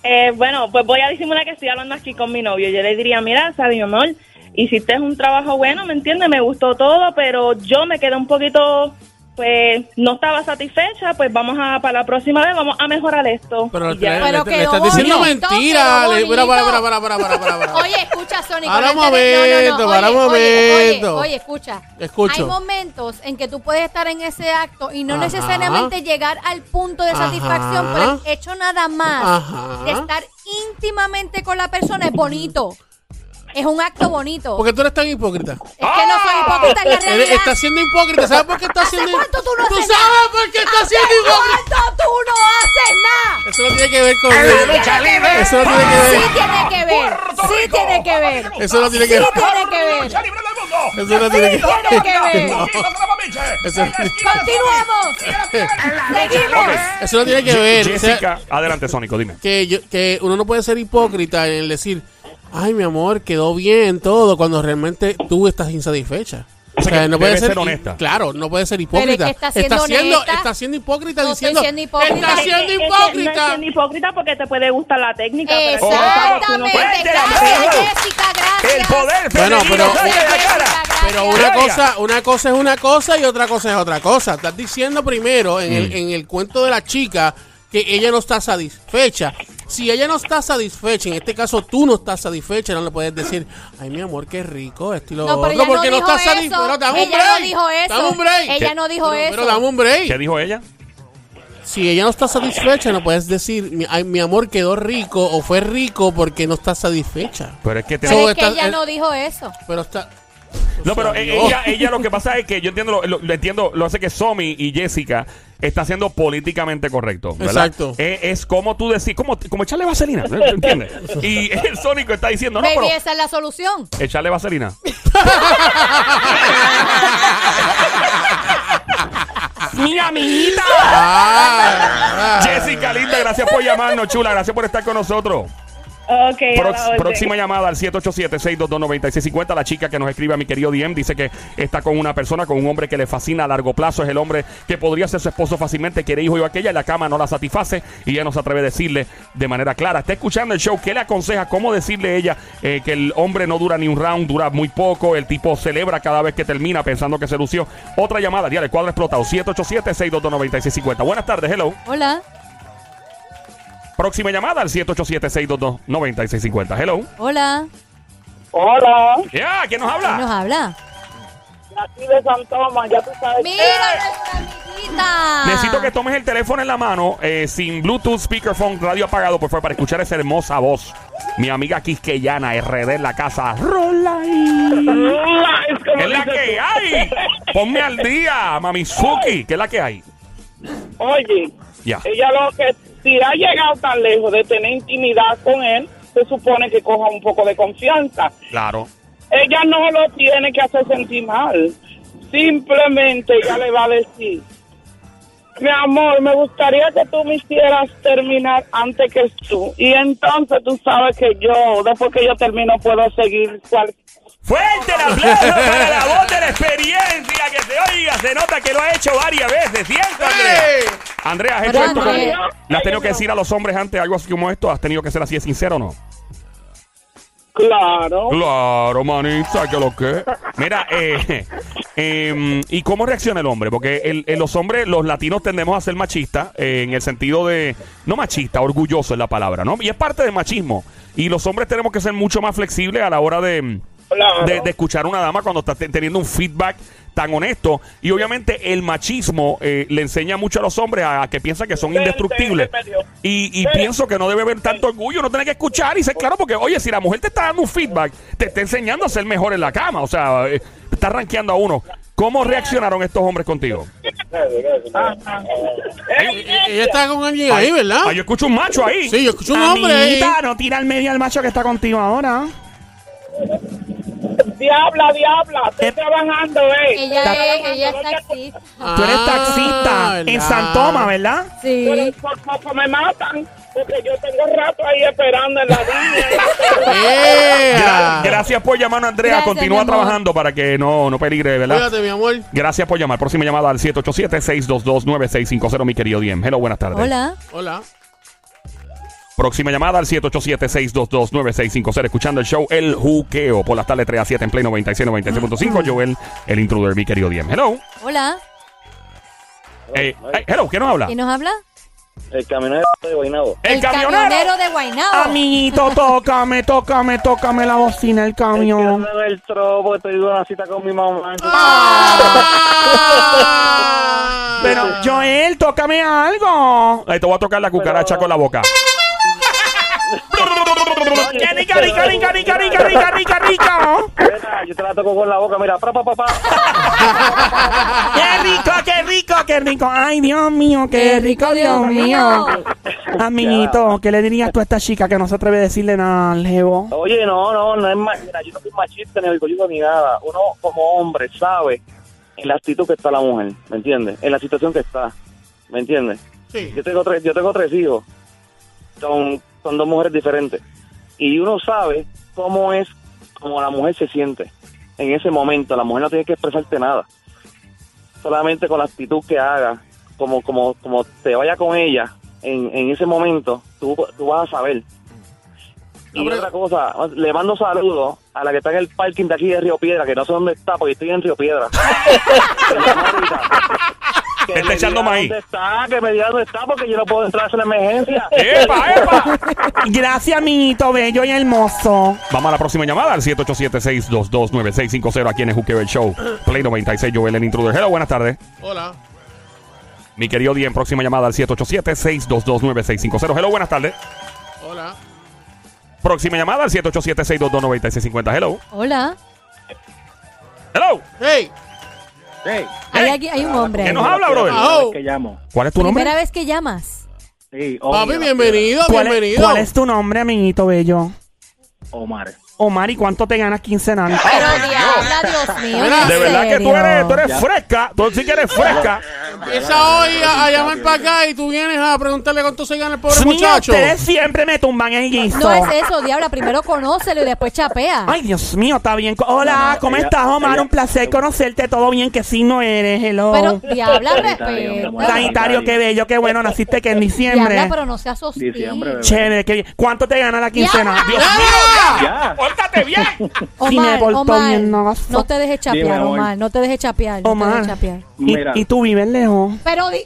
[SPEAKER 9] Eh, bueno, pues voy a disimular que estoy hablando aquí con mi novio. Yo le diría, mira, sabe mi amor, hiciste un trabajo bueno, ¿me entiendes? Me gustó todo, pero yo me quedé un poquito, pues no estaba satisfecha, pues vamos a, para la próxima vez, vamos a mejorar esto.
[SPEAKER 4] Pero
[SPEAKER 9] Y ya.
[SPEAKER 4] le, le-
[SPEAKER 5] Pero
[SPEAKER 4] le
[SPEAKER 5] quedó
[SPEAKER 4] estás diciendo
[SPEAKER 5] bonito,
[SPEAKER 4] mentira.
[SPEAKER 5] quedó
[SPEAKER 4] Le- Mira, para, para,
[SPEAKER 5] bonito.
[SPEAKER 4] para, para, para, para, para.
[SPEAKER 5] Oye, escucha, Sonic.
[SPEAKER 4] Para un
[SPEAKER 5] antes de-
[SPEAKER 4] momento, para
[SPEAKER 5] oye,
[SPEAKER 4] un
[SPEAKER 5] oye,
[SPEAKER 4] momento.
[SPEAKER 5] Oye, oye, escucha.
[SPEAKER 4] Escucho.
[SPEAKER 5] Hay momentos en que tú puedes estar en ese acto y no
[SPEAKER 4] Ajá.
[SPEAKER 5] necesariamente llegar al punto de
[SPEAKER 4] Ajá.
[SPEAKER 5] satisfacción, pero el hecho nada más
[SPEAKER 4] Ajá.
[SPEAKER 5] de estar íntimamente con la persona es bonito. Es un acto bonito.
[SPEAKER 4] Porque tú eres tan hipócrita.
[SPEAKER 5] es que no soy hipócrita en la
[SPEAKER 4] Eres-
[SPEAKER 5] realidad.
[SPEAKER 4] estás Este, siendo hipócrita. ¿Sabes por qué estás
[SPEAKER 5] ¿Hace
[SPEAKER 4] siendo
[SPEAKER 5] cuánto tú no haces nada?
[SPEAKER 4] sabes por qué estás
[SPEAKER 5] ¿Hace
[SPEAKER 4] siendo hipócrita.
[SPEAKER 5] cuánto tú no haces nada?
[SPEAKER 4] Eso no tiene que ver con. Eso no tiene que
[SPEAKER 5] Sí
[SPEAKER 4] ver.
[SPEAKER 5] tiene que ver. Sí tiene que ver.
[SPEAKER 4] Eso no tiene
[SPEAKER 5] Sí
[SPEAKER 4] que ver.
[SPEAKER 5] tiene que ver.
[SPEAKER 4] Eso no tiene que
[SPEAKER 5] Sí tiene que ver.
[SPEAKER 4] No. Eso,
[SPEAKER 5] Continuamos. Seguimos.
[SPEAKER 4] eso no tiene que ver. O sea,
[SPEAKER 1] Jessica, adelante, Sónico, dime.
[SPEAKER 4] que, yo- que uno no puede ser hipócrita en el decir, ay, mi amor, quedó bien todo, cuando realmente tú estás insatisfecha.
[SPEAKER 1] O sea, que debe ser honesta.
[SPEAKER 4] Claro, no puede ser hipócrita.
[SPEAKER 5] que está siendo
[SPEAKER 4] está, siendo,
[SPEAKER 5] honesta.
[SPEAKER 4] está siendo hipócrita
[SPEAKER 5] No estoy
[SPEAKER 4] diciendo.
[SPEAKER 5] siendo hipócrita.
[SPEAKER 4] Está
[SPEAKER 9] Es que-
[SPEAKER 4] siendo
[SPEAKER 9] es que No es
[SPEAKER 4] hipócrita.
[SPEAKER 9] siendo hipócrita porque te puede gustar la técnica. pero es que no sabes tú no
[SPEAKER 5] Exactamente.
[SPEAKER 1] Fuerte el
[SPEAKER 5] Gracias,
[SPEAKER 1] aplauso.
[SPEAKER 5] Jessica. Gracias.
[SPEAKER 1] El poder femenino
[SPEAKER 4] Bueno, pero-
[SPEAKER 1] sale de la
[SPEAKER 5] Jessica,
[SPEAKER 1] cara.
[SPEAKER 5] gracias.
[SPEAKER 4] Pero una cosa, una cosa es una cosa y otra cosa es otra cosa. Estás diciendo primero en,
[SPEAKER 5] Mm.
[SPEAKER 4] el, en el cuento de la chica que ella no está satisfecha. Si ella no está satisfecha, en este caso tú no estás satisfecha, no le
[SPEAKER 5] <laughs>
[SPEAKER 4] puedes decir, ay mi amor, qué rico, esto y lo
[SPEAKER 5] No, pero
[SPEAKER 4] otro",
[SPEAKER 5] ella no
[SPEAKER 4] porque no,
[SPEAKER 5] dijo
[SPEAKER 4] estás
[SPEAKER 5] eso.
[SPEAKER 4] satisfecha. Dame un
[SPEAKER 5] Ella
[SPEAKER 4] break.
[SPEAKER 5] no dijo eso.
[SPEAKER 4] Dame un break.
[SPEAKER 5] Ella no dijo
[SPEAKER 4] Pero- Pero
[SPEAKER 5] eso.
[SPEAKER 4] dame un break.
[SPEAKER 1] ¿Qué dijo ella?
[SPEAKER 4] Si ella no está satisfecha, no puedes decir, mi, ay, mi amor quedó rico o fue rico porque no está satisfecha.
[SPEAKER 1] Pero es que te
[SPEAKER 5] Pero
[SPEAKER 4] So,
[SPEAKER 5] es que
[SPEAKER 4] estás-
[SPEAKER 5] ella
[SPEAKER 4] eh,
[SPEAKER 5] no dijo eso. <laughs>
[SPEAKER 4] Pero está... <laughs>
[SPEAKER 1] No, pero
[SPEAKER 4] Ay,
[SPEAKER 1] e-
[SPEAKER 4] Dios.
[SPEAKER 1] ella, ella lo que pasa es que yo entiendo, lo, lo- lo entiendo, lo hace que Somi y Jessica está siendo políticamente correcto. ¿verdad?
[SPEAKER 4] Exacto.
[SPEAKER 1] Eh, Es, como tú decís, como, como echarle vaselina,
[SPEAKER 5] <laughs>
[SPEAKER 1] ¿entiendes? y el Sónico está diciendo, no,
[SPEAKER 5] Baby,
[SPEAKER 1] pero
[SPEAKER 5] esa es la solución.
[SPEAKER 1] echarle vaselina.
[SPEAKER 3] Mira, amiguita.
[SPEAKER 1] <laughs>
[SPEAKER 4] Ah, ah.
[SPEAKER 1] Jessica, linda, gracias por llamarnos, chula. Gracias por estar con nosotros.
[SPEAKER 9] Ok, a la
[SPEAKER 1] Prox-
[SPEAKER 9] orden.
[SPEAKER 1] próxima llamada al 787-622-9650. La chica que nos escribe a mi querido DM dice que está con una persona, con un hombre que le fascina a largo plazo. Es el hombre que podría ser su esposo fácilmente, quiere hijo y aquella, y la cama no la satisface y ella no se atreve a decirle de manera clara. Está escuchando el show. ¿Qué le aconseja? ¿Cómo decirle ella eh, que el hombre no dura ni un round, dura muy poco? El tipo celebra cada vez que termina pensando que se lució. Otra llamada, ya el cuadro explotado. 787-622-9650. Buenas tardes, hello.
[SPEAKER 5] Hola.
[SPEAKER 1] Próxima llamada al 787-622-9650. Hello.
[SPEAKER 5] Hola.
[SPEAKER 9] Hola,
[SPEAKER 1] Ya, ¿quién nos habla?
[SPEAKER 5] ¿Quién nos habla?
[SPEAKER 9] aquí de San Tomás, ya tú
[SPEAKER 1] Eh.
[SPEAKER 9] sabes.
[SPEAKER 5] Mira nuestra amiguita.
[SPEAKER 1] Necesito que tomes el teléfono en la mano, eh, sin Bluetooth, speakerphone, radio apagado, por favor, para escuchar esa hermosa voz. Mi amiga Quisqueyana, RD en la casa.
[SPEAKER 3] Rola ahí.
[SPEAKER 9] Mm, Es como
[SPEAKER 1] ¡Es la
[SPEAKER 9] dices
[SPEAKER 1] que
[SPEAKER 9] tú.
[SPEAKER 1] hay! Ponme al día, Mamizuki, que es la que hay.
[SPEAKER 9] Oye,
[SPEAKER 1] Ya.
[SPEAKER 9] ella lo que, si ha llegado tan lejos de tener intimidad con él, se supone que coja un poco de confianza.
[SPEAKER 1] Claro.
[SPEAKER 9] Ella no lo tiene que hacer sentir mal. Simplemente ella le va a decir, mi amor, me gustaría que tú me hicieras terminar antes que tú. Y entonces tú sabes que yo, después que yo termino, puedo seguir cual
[SPEAKER 1] Fuerte el aplauso para la voz de la experiencia que se oiga. Se nota que lo ha hecho varias veces, ¿cierto, Andrea?
[SPEAKER 4] ¡Ey!
[SPEAKER 1] Andrea, ¿has hecho
[SPEAKER 5] Hola,
[SPEAKER 1] esto? con-
[SPEAKER 5] Andrea.
[SPEAKER 1] ¿Le has tenido que decir a los hombres antes algo así como esto? ¿Has tenido que ser así de sincero o no?
[SPEAKER 9] Claro.
[SPEAKER 1] Claro, manita, que lo que. Mira, eh, em, ¿y cómo reacciona el hombre? Porque el- el- los hombres, los latinos tendemos a ser machistas eh, en el sentido de. No machista, orgulloso es la palabra, ¿no? Y es parte del machismo. Y los hombres tenemos que ser mucho más flexibles a la hora de. em,
[SPEAKER 9] Claro.
[SPEAKER 1] De, de escuchar a una dama cuando está te- teniendo un feedback tan honesto y obviamente el machismo eh, le enseña mucho a los hombres a, a que piensan que son
[SPEAKER 9] Vente,
[SPEAKER 1] indestructibles
[SPEAKER 9] vente, perdió.
[SPEAKER 1] y, y
[SPEAKER 9] Mira.
[SPEAKER 1] pienso que no debe haber tanto orgullo, no tener que escuchar y ser claro, porque oye, si la mujer te está dando un feedback, te está enseñando a ser mejor en la cama, o sea, eh, te está rankeando a uno. ¿Cómo reaccionaron estos hombres contigo?
[SPEAKER 9] Ajá.
[SPEAKER 4] Eh, eh, Ella está con alguien ahí, ¿verdad?
[SPEAKER 1] Ah, yo escucho un macho ahí.
[SPEAKER 4] Sí, yo escucho un hombre ahí.
[SPEAKER 3] Amiguita, no tira al medio al macho que está contigo ahora.
[SPEAKER 9] Diabla, diabla, estoy
[SPEAKER 3] Eh.
[SPEAKER 9] trabajando, eh.
[SPEAKER 5] Ella es, ella es taxista.
[SPEAKER 3] Tú eres
[SPEAKER 4] Ah,
[SPEAKER 3] taxista en
[SPEAKER 4] ¿verdad?
[SPEAKER 3] Santoma, ¿verdad?
[SPEAKER 9] Pero
[SPEAKER 5] Sí.
[SPEAKER 9] por poco me matan, porque yo tengo rato ahí esperando
[SPEAKER 10] <laughs>
[SPEAKER 9] en la línea.
[SPEAKER 1] Gra-
[SPEAKER 4] ¡Ea!
[SPEAKER 1] Gracias por llamarnos, Andrea.
[SPEAKER 5] Gracias, mi
[SPEAKER 1] Continúa
[SPEAKER 5] amor.
[SPEAKER 1] trabajando para que no, no peligre, ¿verdad?
[SPEAKER 4] Cuídate, mi amor.
[SPEAKER 1] Gracias por llamar. Próxima llamada al 787-622-9650, mi querido Diem. Hello, buenas tardes.
[SPEAKER 5] Hola.
[SPEAKER 4] Hola.
[SPEAKER 1] Próxima llamada al 787-622-9650. Escuchando el show El Juqueo por las tardes 3 a 7 en Play 96, 96.5. Joel, el intruder, mi querido Diem. Hello.
[SPEAKER 5] Hola.
[SPEAKER 1] Eh, ay, hello, ¿quién nos habla?
[SPEAKER 5] ¿Quién nos habla?
[SPEAKER 10] El camionero de Guaynabo.
[SPEAKER 1] El, camionero.
[SPEAKER 5] de Guaynabo.
[SPEAKER 1] <laughs>
[SPEAKER 3] Amiguito, tócame, tócame, tócame la bocina del camión.
[SPEAKER 10] Quiero el trobo, estoy en una cita con mi mamá.
[SPEAKER 1] Ah.
[SPEAKER 3] Pero, Joel, tócame algo.
[SPEAKER 1] Ahí te voy a tocar la cucaracha con la boca.
[SPEAKER 3] ¡Qué rica, rica, rica, rica, rica, rica, rica, rica!
[SPEAKER 10] Mira, yo te la toco con la boca, mira, pa, pa, pa, pa.
[SPEAKER 3] ¡Qué rico, qué rico, qué rico! ¡Ay, Dios mío, qué rico, Dios mío! Amiguito, ¿qué le dirías tú a esta chica que no se atreve a decirle nada al jevo?
[SPEAKER 10] Oye, no, no, no es ma- Mira, yo no soy machista ni orgulloso ni nada. Uno como hombre sabe en la actitud que está la mujer, ¿me entiendes? En la situación que está, ¿me entiendes?
[SPEAKER 4] Sí.
[SPEAKER 10] Yo tengo tres, yo tengo tres hijos. Son, son dos mujeres diferentes. Y uno sabe cómo es, cómo la mujer se siente en ese momento. La mujer no tiene que expresarte nada. Solamente con la actitud que haga, como, como, como te vaya con ella en, en ese momento, tú, tú vas a saber. Y
[SPEAKER 4] Hombre.
[SPEAKER 10] otra cosa, le mando saludos a la que está en el parking de aquí de Río Piedra, que no sé dónde está, porque estoy en Río
[SPEAKER 1] <laughs>
[SPEAKER 10] Piedra. Que
[SPEAKER 1] Te está
[SPEAKER 10] me
[SPEAKER 1] echando
[SPEAKER 10] diga
[SPEAKER 1] maíz.
[SPEAKER 10] dónde está, que me diga dónde está, porque yo no puedo entrar a hacer la emergencia.
[SPEAKER 1] ¡Epa, epa!
[SPEAKER 3] Gracias, amiguito, bello y hermoso.
[SPEAKER 1] Vamos a la próxima llamada al 787-622-9650 aquí en el Juqueo el Show. Play 96, Joel, el intruder. Hello, buenas tardes.
[SPEAKER 4] Hola.
[SPEAKER 1] Mi querido Diem, próxima llamada al 787-622-9650. Hello, buenas tardes.
[SPEAKER 4] Hola.
[SPEAKER 1] Próxima llamada al 787-622-9650. Hello.
[SPEAKER 5] Hola.
[SPEAKER 1] Hello.
[SPEAKER 4] ¡Hey!
[SPEAKER 11] Hey,
[SPEAKER 5] Hay, alguien- hay un hombre.
[SPEAKER 1] ¿Qué
[SPEAKER 5] ahí.
[SPEAKER 1] nos habla, brother?
[SPEAKER 4] Oh.
[SPEAKER 11] primera vez que llamo.
[SPEAKER 1] ¿Cuál es tu nombre?
[SPEAKER 5] Primera vez que llamas.
[SPEAKER 11] Sí, obvio,
[SPEAKER 4] Papi, bienvenido,
[SPEAKER 3] ¿Cuál es,
[SPEAKER 4] bienvenido.
[SPEAKER 3] cuál es tu nombre, amiguito bello?
[SPEAKER 11] eh, Omar.
[SPEAKER 3] Omar, ¿y cuánto te ganas quincenal?
[SPEAKER 5] Pero diabla, Dios mío.
[SPEAKER 4] Mira,
[SPEAKER 5] ¿en
[SPEAKER 1] Oh, De verdad que tú
[SPEAKER 5] serio?
[SPEAKER 1] eres, tú eres fresca. Tú sí que eres fresca.
[SPEAKER 4] Empieza hoy a, a llamar para acá y tú vienes a preguntarle cuánto se gana el pobre
[SPEAKER 3] Dios mío,
[SPEAKER 4] muchacho.
[SPEAKER 3] ustedes siempre me tumban el guiso.
[SPEAKER 5] No es eso, diabla. Primero conócelo y después chapea.
[SPEAKER 3] Ay, Dios mío, está bien. Hola,
[SPEAKER 11] No,
[SPEAKER 3] ¿cómo
[SPEAKER 11] ella-
[SPEAKER 3] estás, Omar?
[SPEAKER 11] ella-
[SPEAKER 3] Un placer conocerte. ¿Todo bien? ¿Qué signo eres? Hello.
[SPEAKER 5] Pero diabla,
[SPEAKER 11] Sagitario, mi amor.
[SPEAKER 5] respeta.
[SPEAKER 3] Sagitario, qué bello, qué
[SPEAKER 11] Este,
[SPEAKER 3] bueno. Naciste que en diciembre.
[SPEAKER 5] Diabla, pero no seas hostil.
[SPEAKER 11] Diciembre, bebé.
[SPEAKER 3] Chévere, qué bien. ¿Cuánto te gana la quincena?
[SPEAKER 1] Dios mío, ya.
[SPEAKER 11] Ya.
[SPEAKER 1] Pórtate bien.
[SPEAKER 3] Si me
[SPEAKER 5] Omar,
[SPEAKER 3] porto
[SPEAKER 5] Omar,
[SPEAKER 3] bien, no vas-
[SPEAKER 5] no te dejes
[SPEAKER 11] Dime,
[SPEAKER 5] chapear,
[SPEAKER 11] amor.
[SPEAKER 5] Omar. No te dejes chapear. No te
[SPEAKER 3] Omar.
[SPEAKER 5] dejes chapear.
[SPEAKER 3] Y,
[SPEAKER 11] Mira.
[SPEAKER 3] y tú vives lejos.
[SPEAKER 5] Pero di...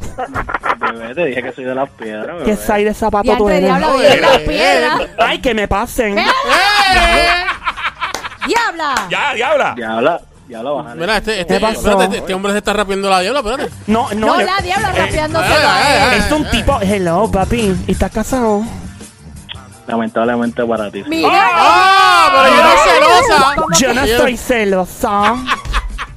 [SPEAKER 11] Bebé, te dije que soy de las piedras, bebé.
[SPEAKER 3] ¿Qué sai de zapato tú
[SPEAKER 5] Diantre,
[SPEAKER 3] eres?
[SPEAKER 5] diabla,
[SPEAKER 4] Oye,
[SPEAKER 5] vive en las
[SPEAKER 4] eh,
[SPEAKER 5] piedras.
[SPEAKER 3] Ay, que me pasen.
[SPEAKER 5] ¡Diabla!
[SPEAKER 9] Ah,
[SPEAKER 1] Ya, diabla.
[SPEAKER 11] Diabla, diabla, bájale.
[SPEAKER 4] Mira, este, este,
[SPEAKER 3] ¿Qué pasó?
[SPEAKER 4] espérate, este- este hombre se está rapiendo la diabla, espérate.
[SPEAKER 3] No, no.
[SPEAKER 5] No,
[SPEAKER 3] yo-
[SPEAKER 5] la diabla rapeándose.
[SPEAKER 4] eh,
[SPEAKER 5] la-
[SPEAKER 4] eh,
[SPEAKER 3] es un tipo. Hello, papi. ¿Y estás casado?
[SPEAKER 11] Lamentablemente para ti.
[SPEAKER 5] Mira,
[SPEAKER 4] ¡Ah! Pero yo no celosa.
[SPEAKER 3] Yo no
[SPEAKER 4] Yo-
[SPEAKER 3] estoy
[SPEAKER 5] Ah,
[SPEAKER 3] celosa.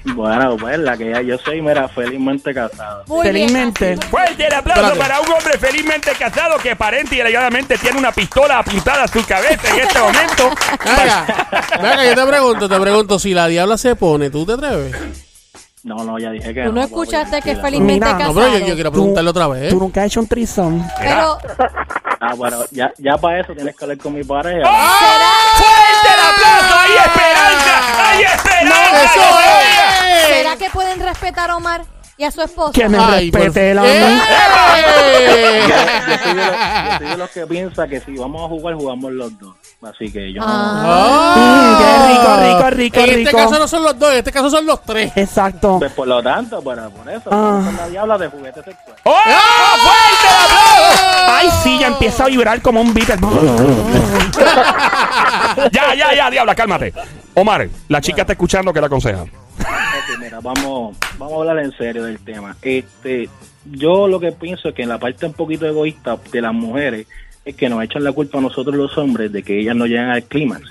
[SPEAKER 11] Bueno, pues la que ya yo soy, mira, felizmente casado.
[SPEAKER 5] muy bien,
[SPEAKER 3] Felizmente.
[SPEAKER 5] así.
[SPEAKER 1] Fuerte el aplauso
[SPEAKER 4] Espérate.
[SPEAKER 1] para un hombre felizmente casado que aparente y alegadamente tiene una pistola apuntada a su cabeza en este momento.
[SPEAKER 4] Venga, venga, yo te pregunto, te pregunto, si la diabla se pone, ¿tú te atreves?
[SPEAKER 11] No, no, ya dije que
[SPEAKER 5] Tú no
[SPEAKER 11] papi,
[SPEAKER 5] escuchaste que es
[SPEAKER 11] tranquila.
[SPEAKER 5] felizmente
[SPEAKER 3] Mira,
[SPEAKER 4] No,
[SPEAKER 5] casado.
[SPEAKER 4] pero yo, yo quiero
[SPEAKER 3] Tú-
[SPEAKER 4] preguntarle otra vez.
[SPEAKER 3] Tú nunca has hecho un trisón.
[SPEAKER 5] Pero,
[SPEAKER 11] Ah, bueno, ya, ya para eso tienes que hablar con mi pareja.
[SPEAKER 4] Oh. ¡Ah!
[SPEAKER 1] ¡Fuerte el aplauso! ¡Hay esperanza! ¡Hay esperanza!
[SPEAKER 4] ¡Eso
[SPEAKER 1] ¡Gloria!
[SPEAKER 5] ¿será
[SPEAKER 4] es!
[SPEAKER 5] que pueden respetar a Omar y a su esposa?
[SPEAKER 3] Que me
[SPEAKER 4] Ay, por-
[SPEAKER 3] respete la
[SPEAKER 4] ¡Eh!
[SPEAKER 11] Yo, yo soy de los,
[SPEAKER 3] <laughs>
[SPEAKER 11] yo soy de los que piensa que si vamos a jugar, jugamos los dos. Así que yo no-
[SPEAKER 4] Ah.
[SPEAKER 3] Mm, qué rico, rico,
[SPEAKER 4] En este
[SPEAKER 3] rico.
[SPEAKER 4] caso no son los dos, en este caso son los tres.
[SPEAKER 3] Exacto.
[SPEAKER 11] Pues por lo tanto, bueno, por eso,
[SPEAKER 3] Ah.
[SPEAKER 11] con la diabla de juguete sexual.
[SPEAKER 1] ¡Oh! ¡Fuerte el aplauso!
[SPEAKER 3] Ay, sí, ya empieza a vibrar como un beeper.
[SPEAKER 1] Ya, ya, ya, diabla, cálmate. Omar, la chica está escuchando, ¿qué le aconseja?
[SPEAKER 11] Ok, mira, vamos, vamos a hablar en serio del tema. Este, yo lo que pienso es que en la parte un poquito egoísta de las mujeres es que nos echan la culpa a nosotros los hombres de que ellas no llegan al clímax.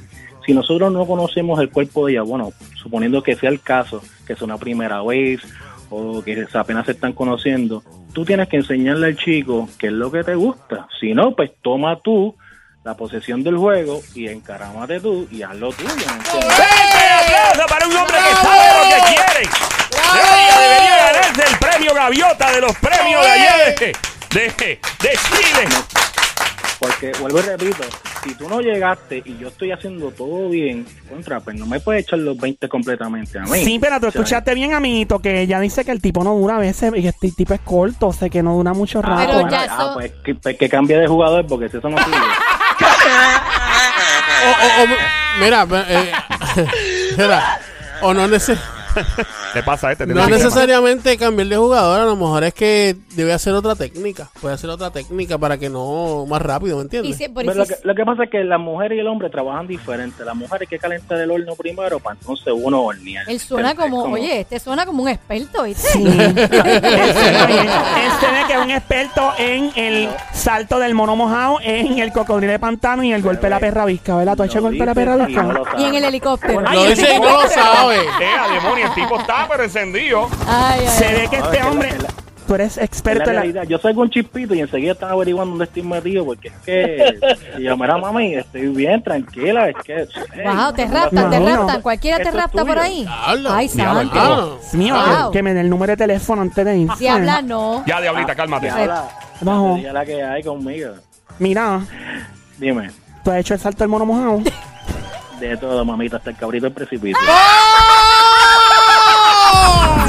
[SPEAKER 11] Si nosotros no conocemos el cuerpo de ellas, bueno, suponiendo que sea el caso, que es una primera vez o que apenas se están conociendo, tú tienes que enseñarle al chico qué es lo que te gusta. Si no, pues toma tú la posesión del juego y encarámate tú y hazlo tuyo. ¿me entiendes?
[SPEAKER 1] ¡Fuerte el aplauso para un hombre que sabe lo que quiere! Debería, debería ganarse el premio Gaviota de los premios de ayer de, de- de Chile.
[SPEAKER 11] Porque, vuelvo y repito, si tú no llegaste y yo estoy haciendo todo bien, contra, pues no me puedes echar los 20 completamente a mí.
[SPEAKER 3] Sí, pero tú
[SPEAKER 11] O sea,
[SPEAKER 3] escuchaste bien, amiguito, que ella dice que el tipo no dura a veces y que este tipo es corto, o sea que no dura mucho
[SPEAKER 11] Ah,
[SPEAKER 3] rato.
[SPEAKER 11] bueno,
[SPEAKER 5] ya
[SPEAKER 11] ah,
[SPEAKER 5] eso-
[SPEAKER 11] pues, que, pues que cambie de jugador porque si eso
[SPEAKER 5] <laughs>
[SPEAKER 11] no sirve.
[SPEAKER 4] O, o- o- mira, eh, <laughs> mira, o no, nece-
[SPEAKER 1] ¿Qué pasa a este?
[SPEAKER 4] no necesariamente cambiar de jugador, a lo mejor es que debe hacer otra técnica. Puede hacer otra técnica para que no, más rápido, ¿me
[SPEAKER 5] Y
[SPEAKER 4] entiendes?
[SPEAKER 5] si- por- y
[SPEAKER 11] Pero lo,
[SPEAKER 5] si-
[SPEAKER 11] que, lo que pasa es que la mujer y el hombre trabajan diferente. La mujer hay que calentar el horno primero para entonces uno hornear.
[SPEAKER 5] él suena
[SPEAKER 11] Es
[SPEAKER 5] como, oye, este suena como un experto, ¿viste? <laughs>
[SPEAKER 3] Sí. este de que es un experto en el salto del mono mojado, en el cocodrilo de pantano y el golpe de la perra visca, ¿verdad? ¿Tú has hecho el
[SPEAKER 11] lo
[SPEAKER 3] golpe de la perra
[SPEAKER 11] dices y no
[SPEAKER 3] visca?
[SPEAKER 11] lo sabes.
[SPEAKER 5] Y en el helicóptero.
[SPEAKER 4] Lo dice y no lo sabe.
[SPEAKER 1] Eh, demonio, el tipo está pero encendido.
[SPEAKER 5] Ay, ay,
[SPEAKER 3] Se
[SPEAKER 5] ay.
[SPEAKER 3] ve que
[SPEAKER 11] No, es
[SPEAKER 3] este
[SPEAKER 11] que la-
[SPEAKER 3] hombre,
[SPEAKER 11] la-
[SPEAKER 3] tú eres
[SPEAKER 11] Es la
[SPEAKER 3] experto en la...
[SPEAKER 11] realidad. Yo salgo un chispito y enseguida están averiguando dónde estoy metido porque es que... <laughs> y yo, mira, mami, estoy bien, tranquila, es que... hey,
[SPEAKER 5] Wow, te
[SPEAKER 11] no,
[SPEAKER 5] raptan,
[SPEAKER 11] no,
[SPEAKER 5] te
[SPEAKER 3] Madonna.
[SPEAKER 5] raptan. Cualquiera te
[SPEAKER 11] Esto es
[SPEAKER 5] rapta por
[SPEAKER 11] tuyo.
[SPEAKER 5] ahí.
[SPEAKER 4] Diablo.
[SPEAKER 5] Ay,
[SPEAKER 1] Diablo,
[SPEAKER 5] santo.
[SPEAKER 4] Ah.
[SPEAKER 3] Dios mío,
[SPEAKER 5] Wow.
[SPEAKER 3] que, que me dé el número de teléfono antes de irse.
[SPEAKER 5] Diabla, no.
[SPEAKER 1] Ya, diablita, cálmate.
[SPEAKER 11] Diabla,
[SPEAKER 3] Bajo.
[SPEAKER 11] sería la que hay conmigo.
[SPEAKER 3] Mira,
[SPEAKER 11] Dime,
[SPEAKER 3] tú has hecho el salto del mono mojado.
[SPEAKER 11] de todo, mamita, hasta el cabrito del precipicio.
[SPEAKER 4] ¡Ah!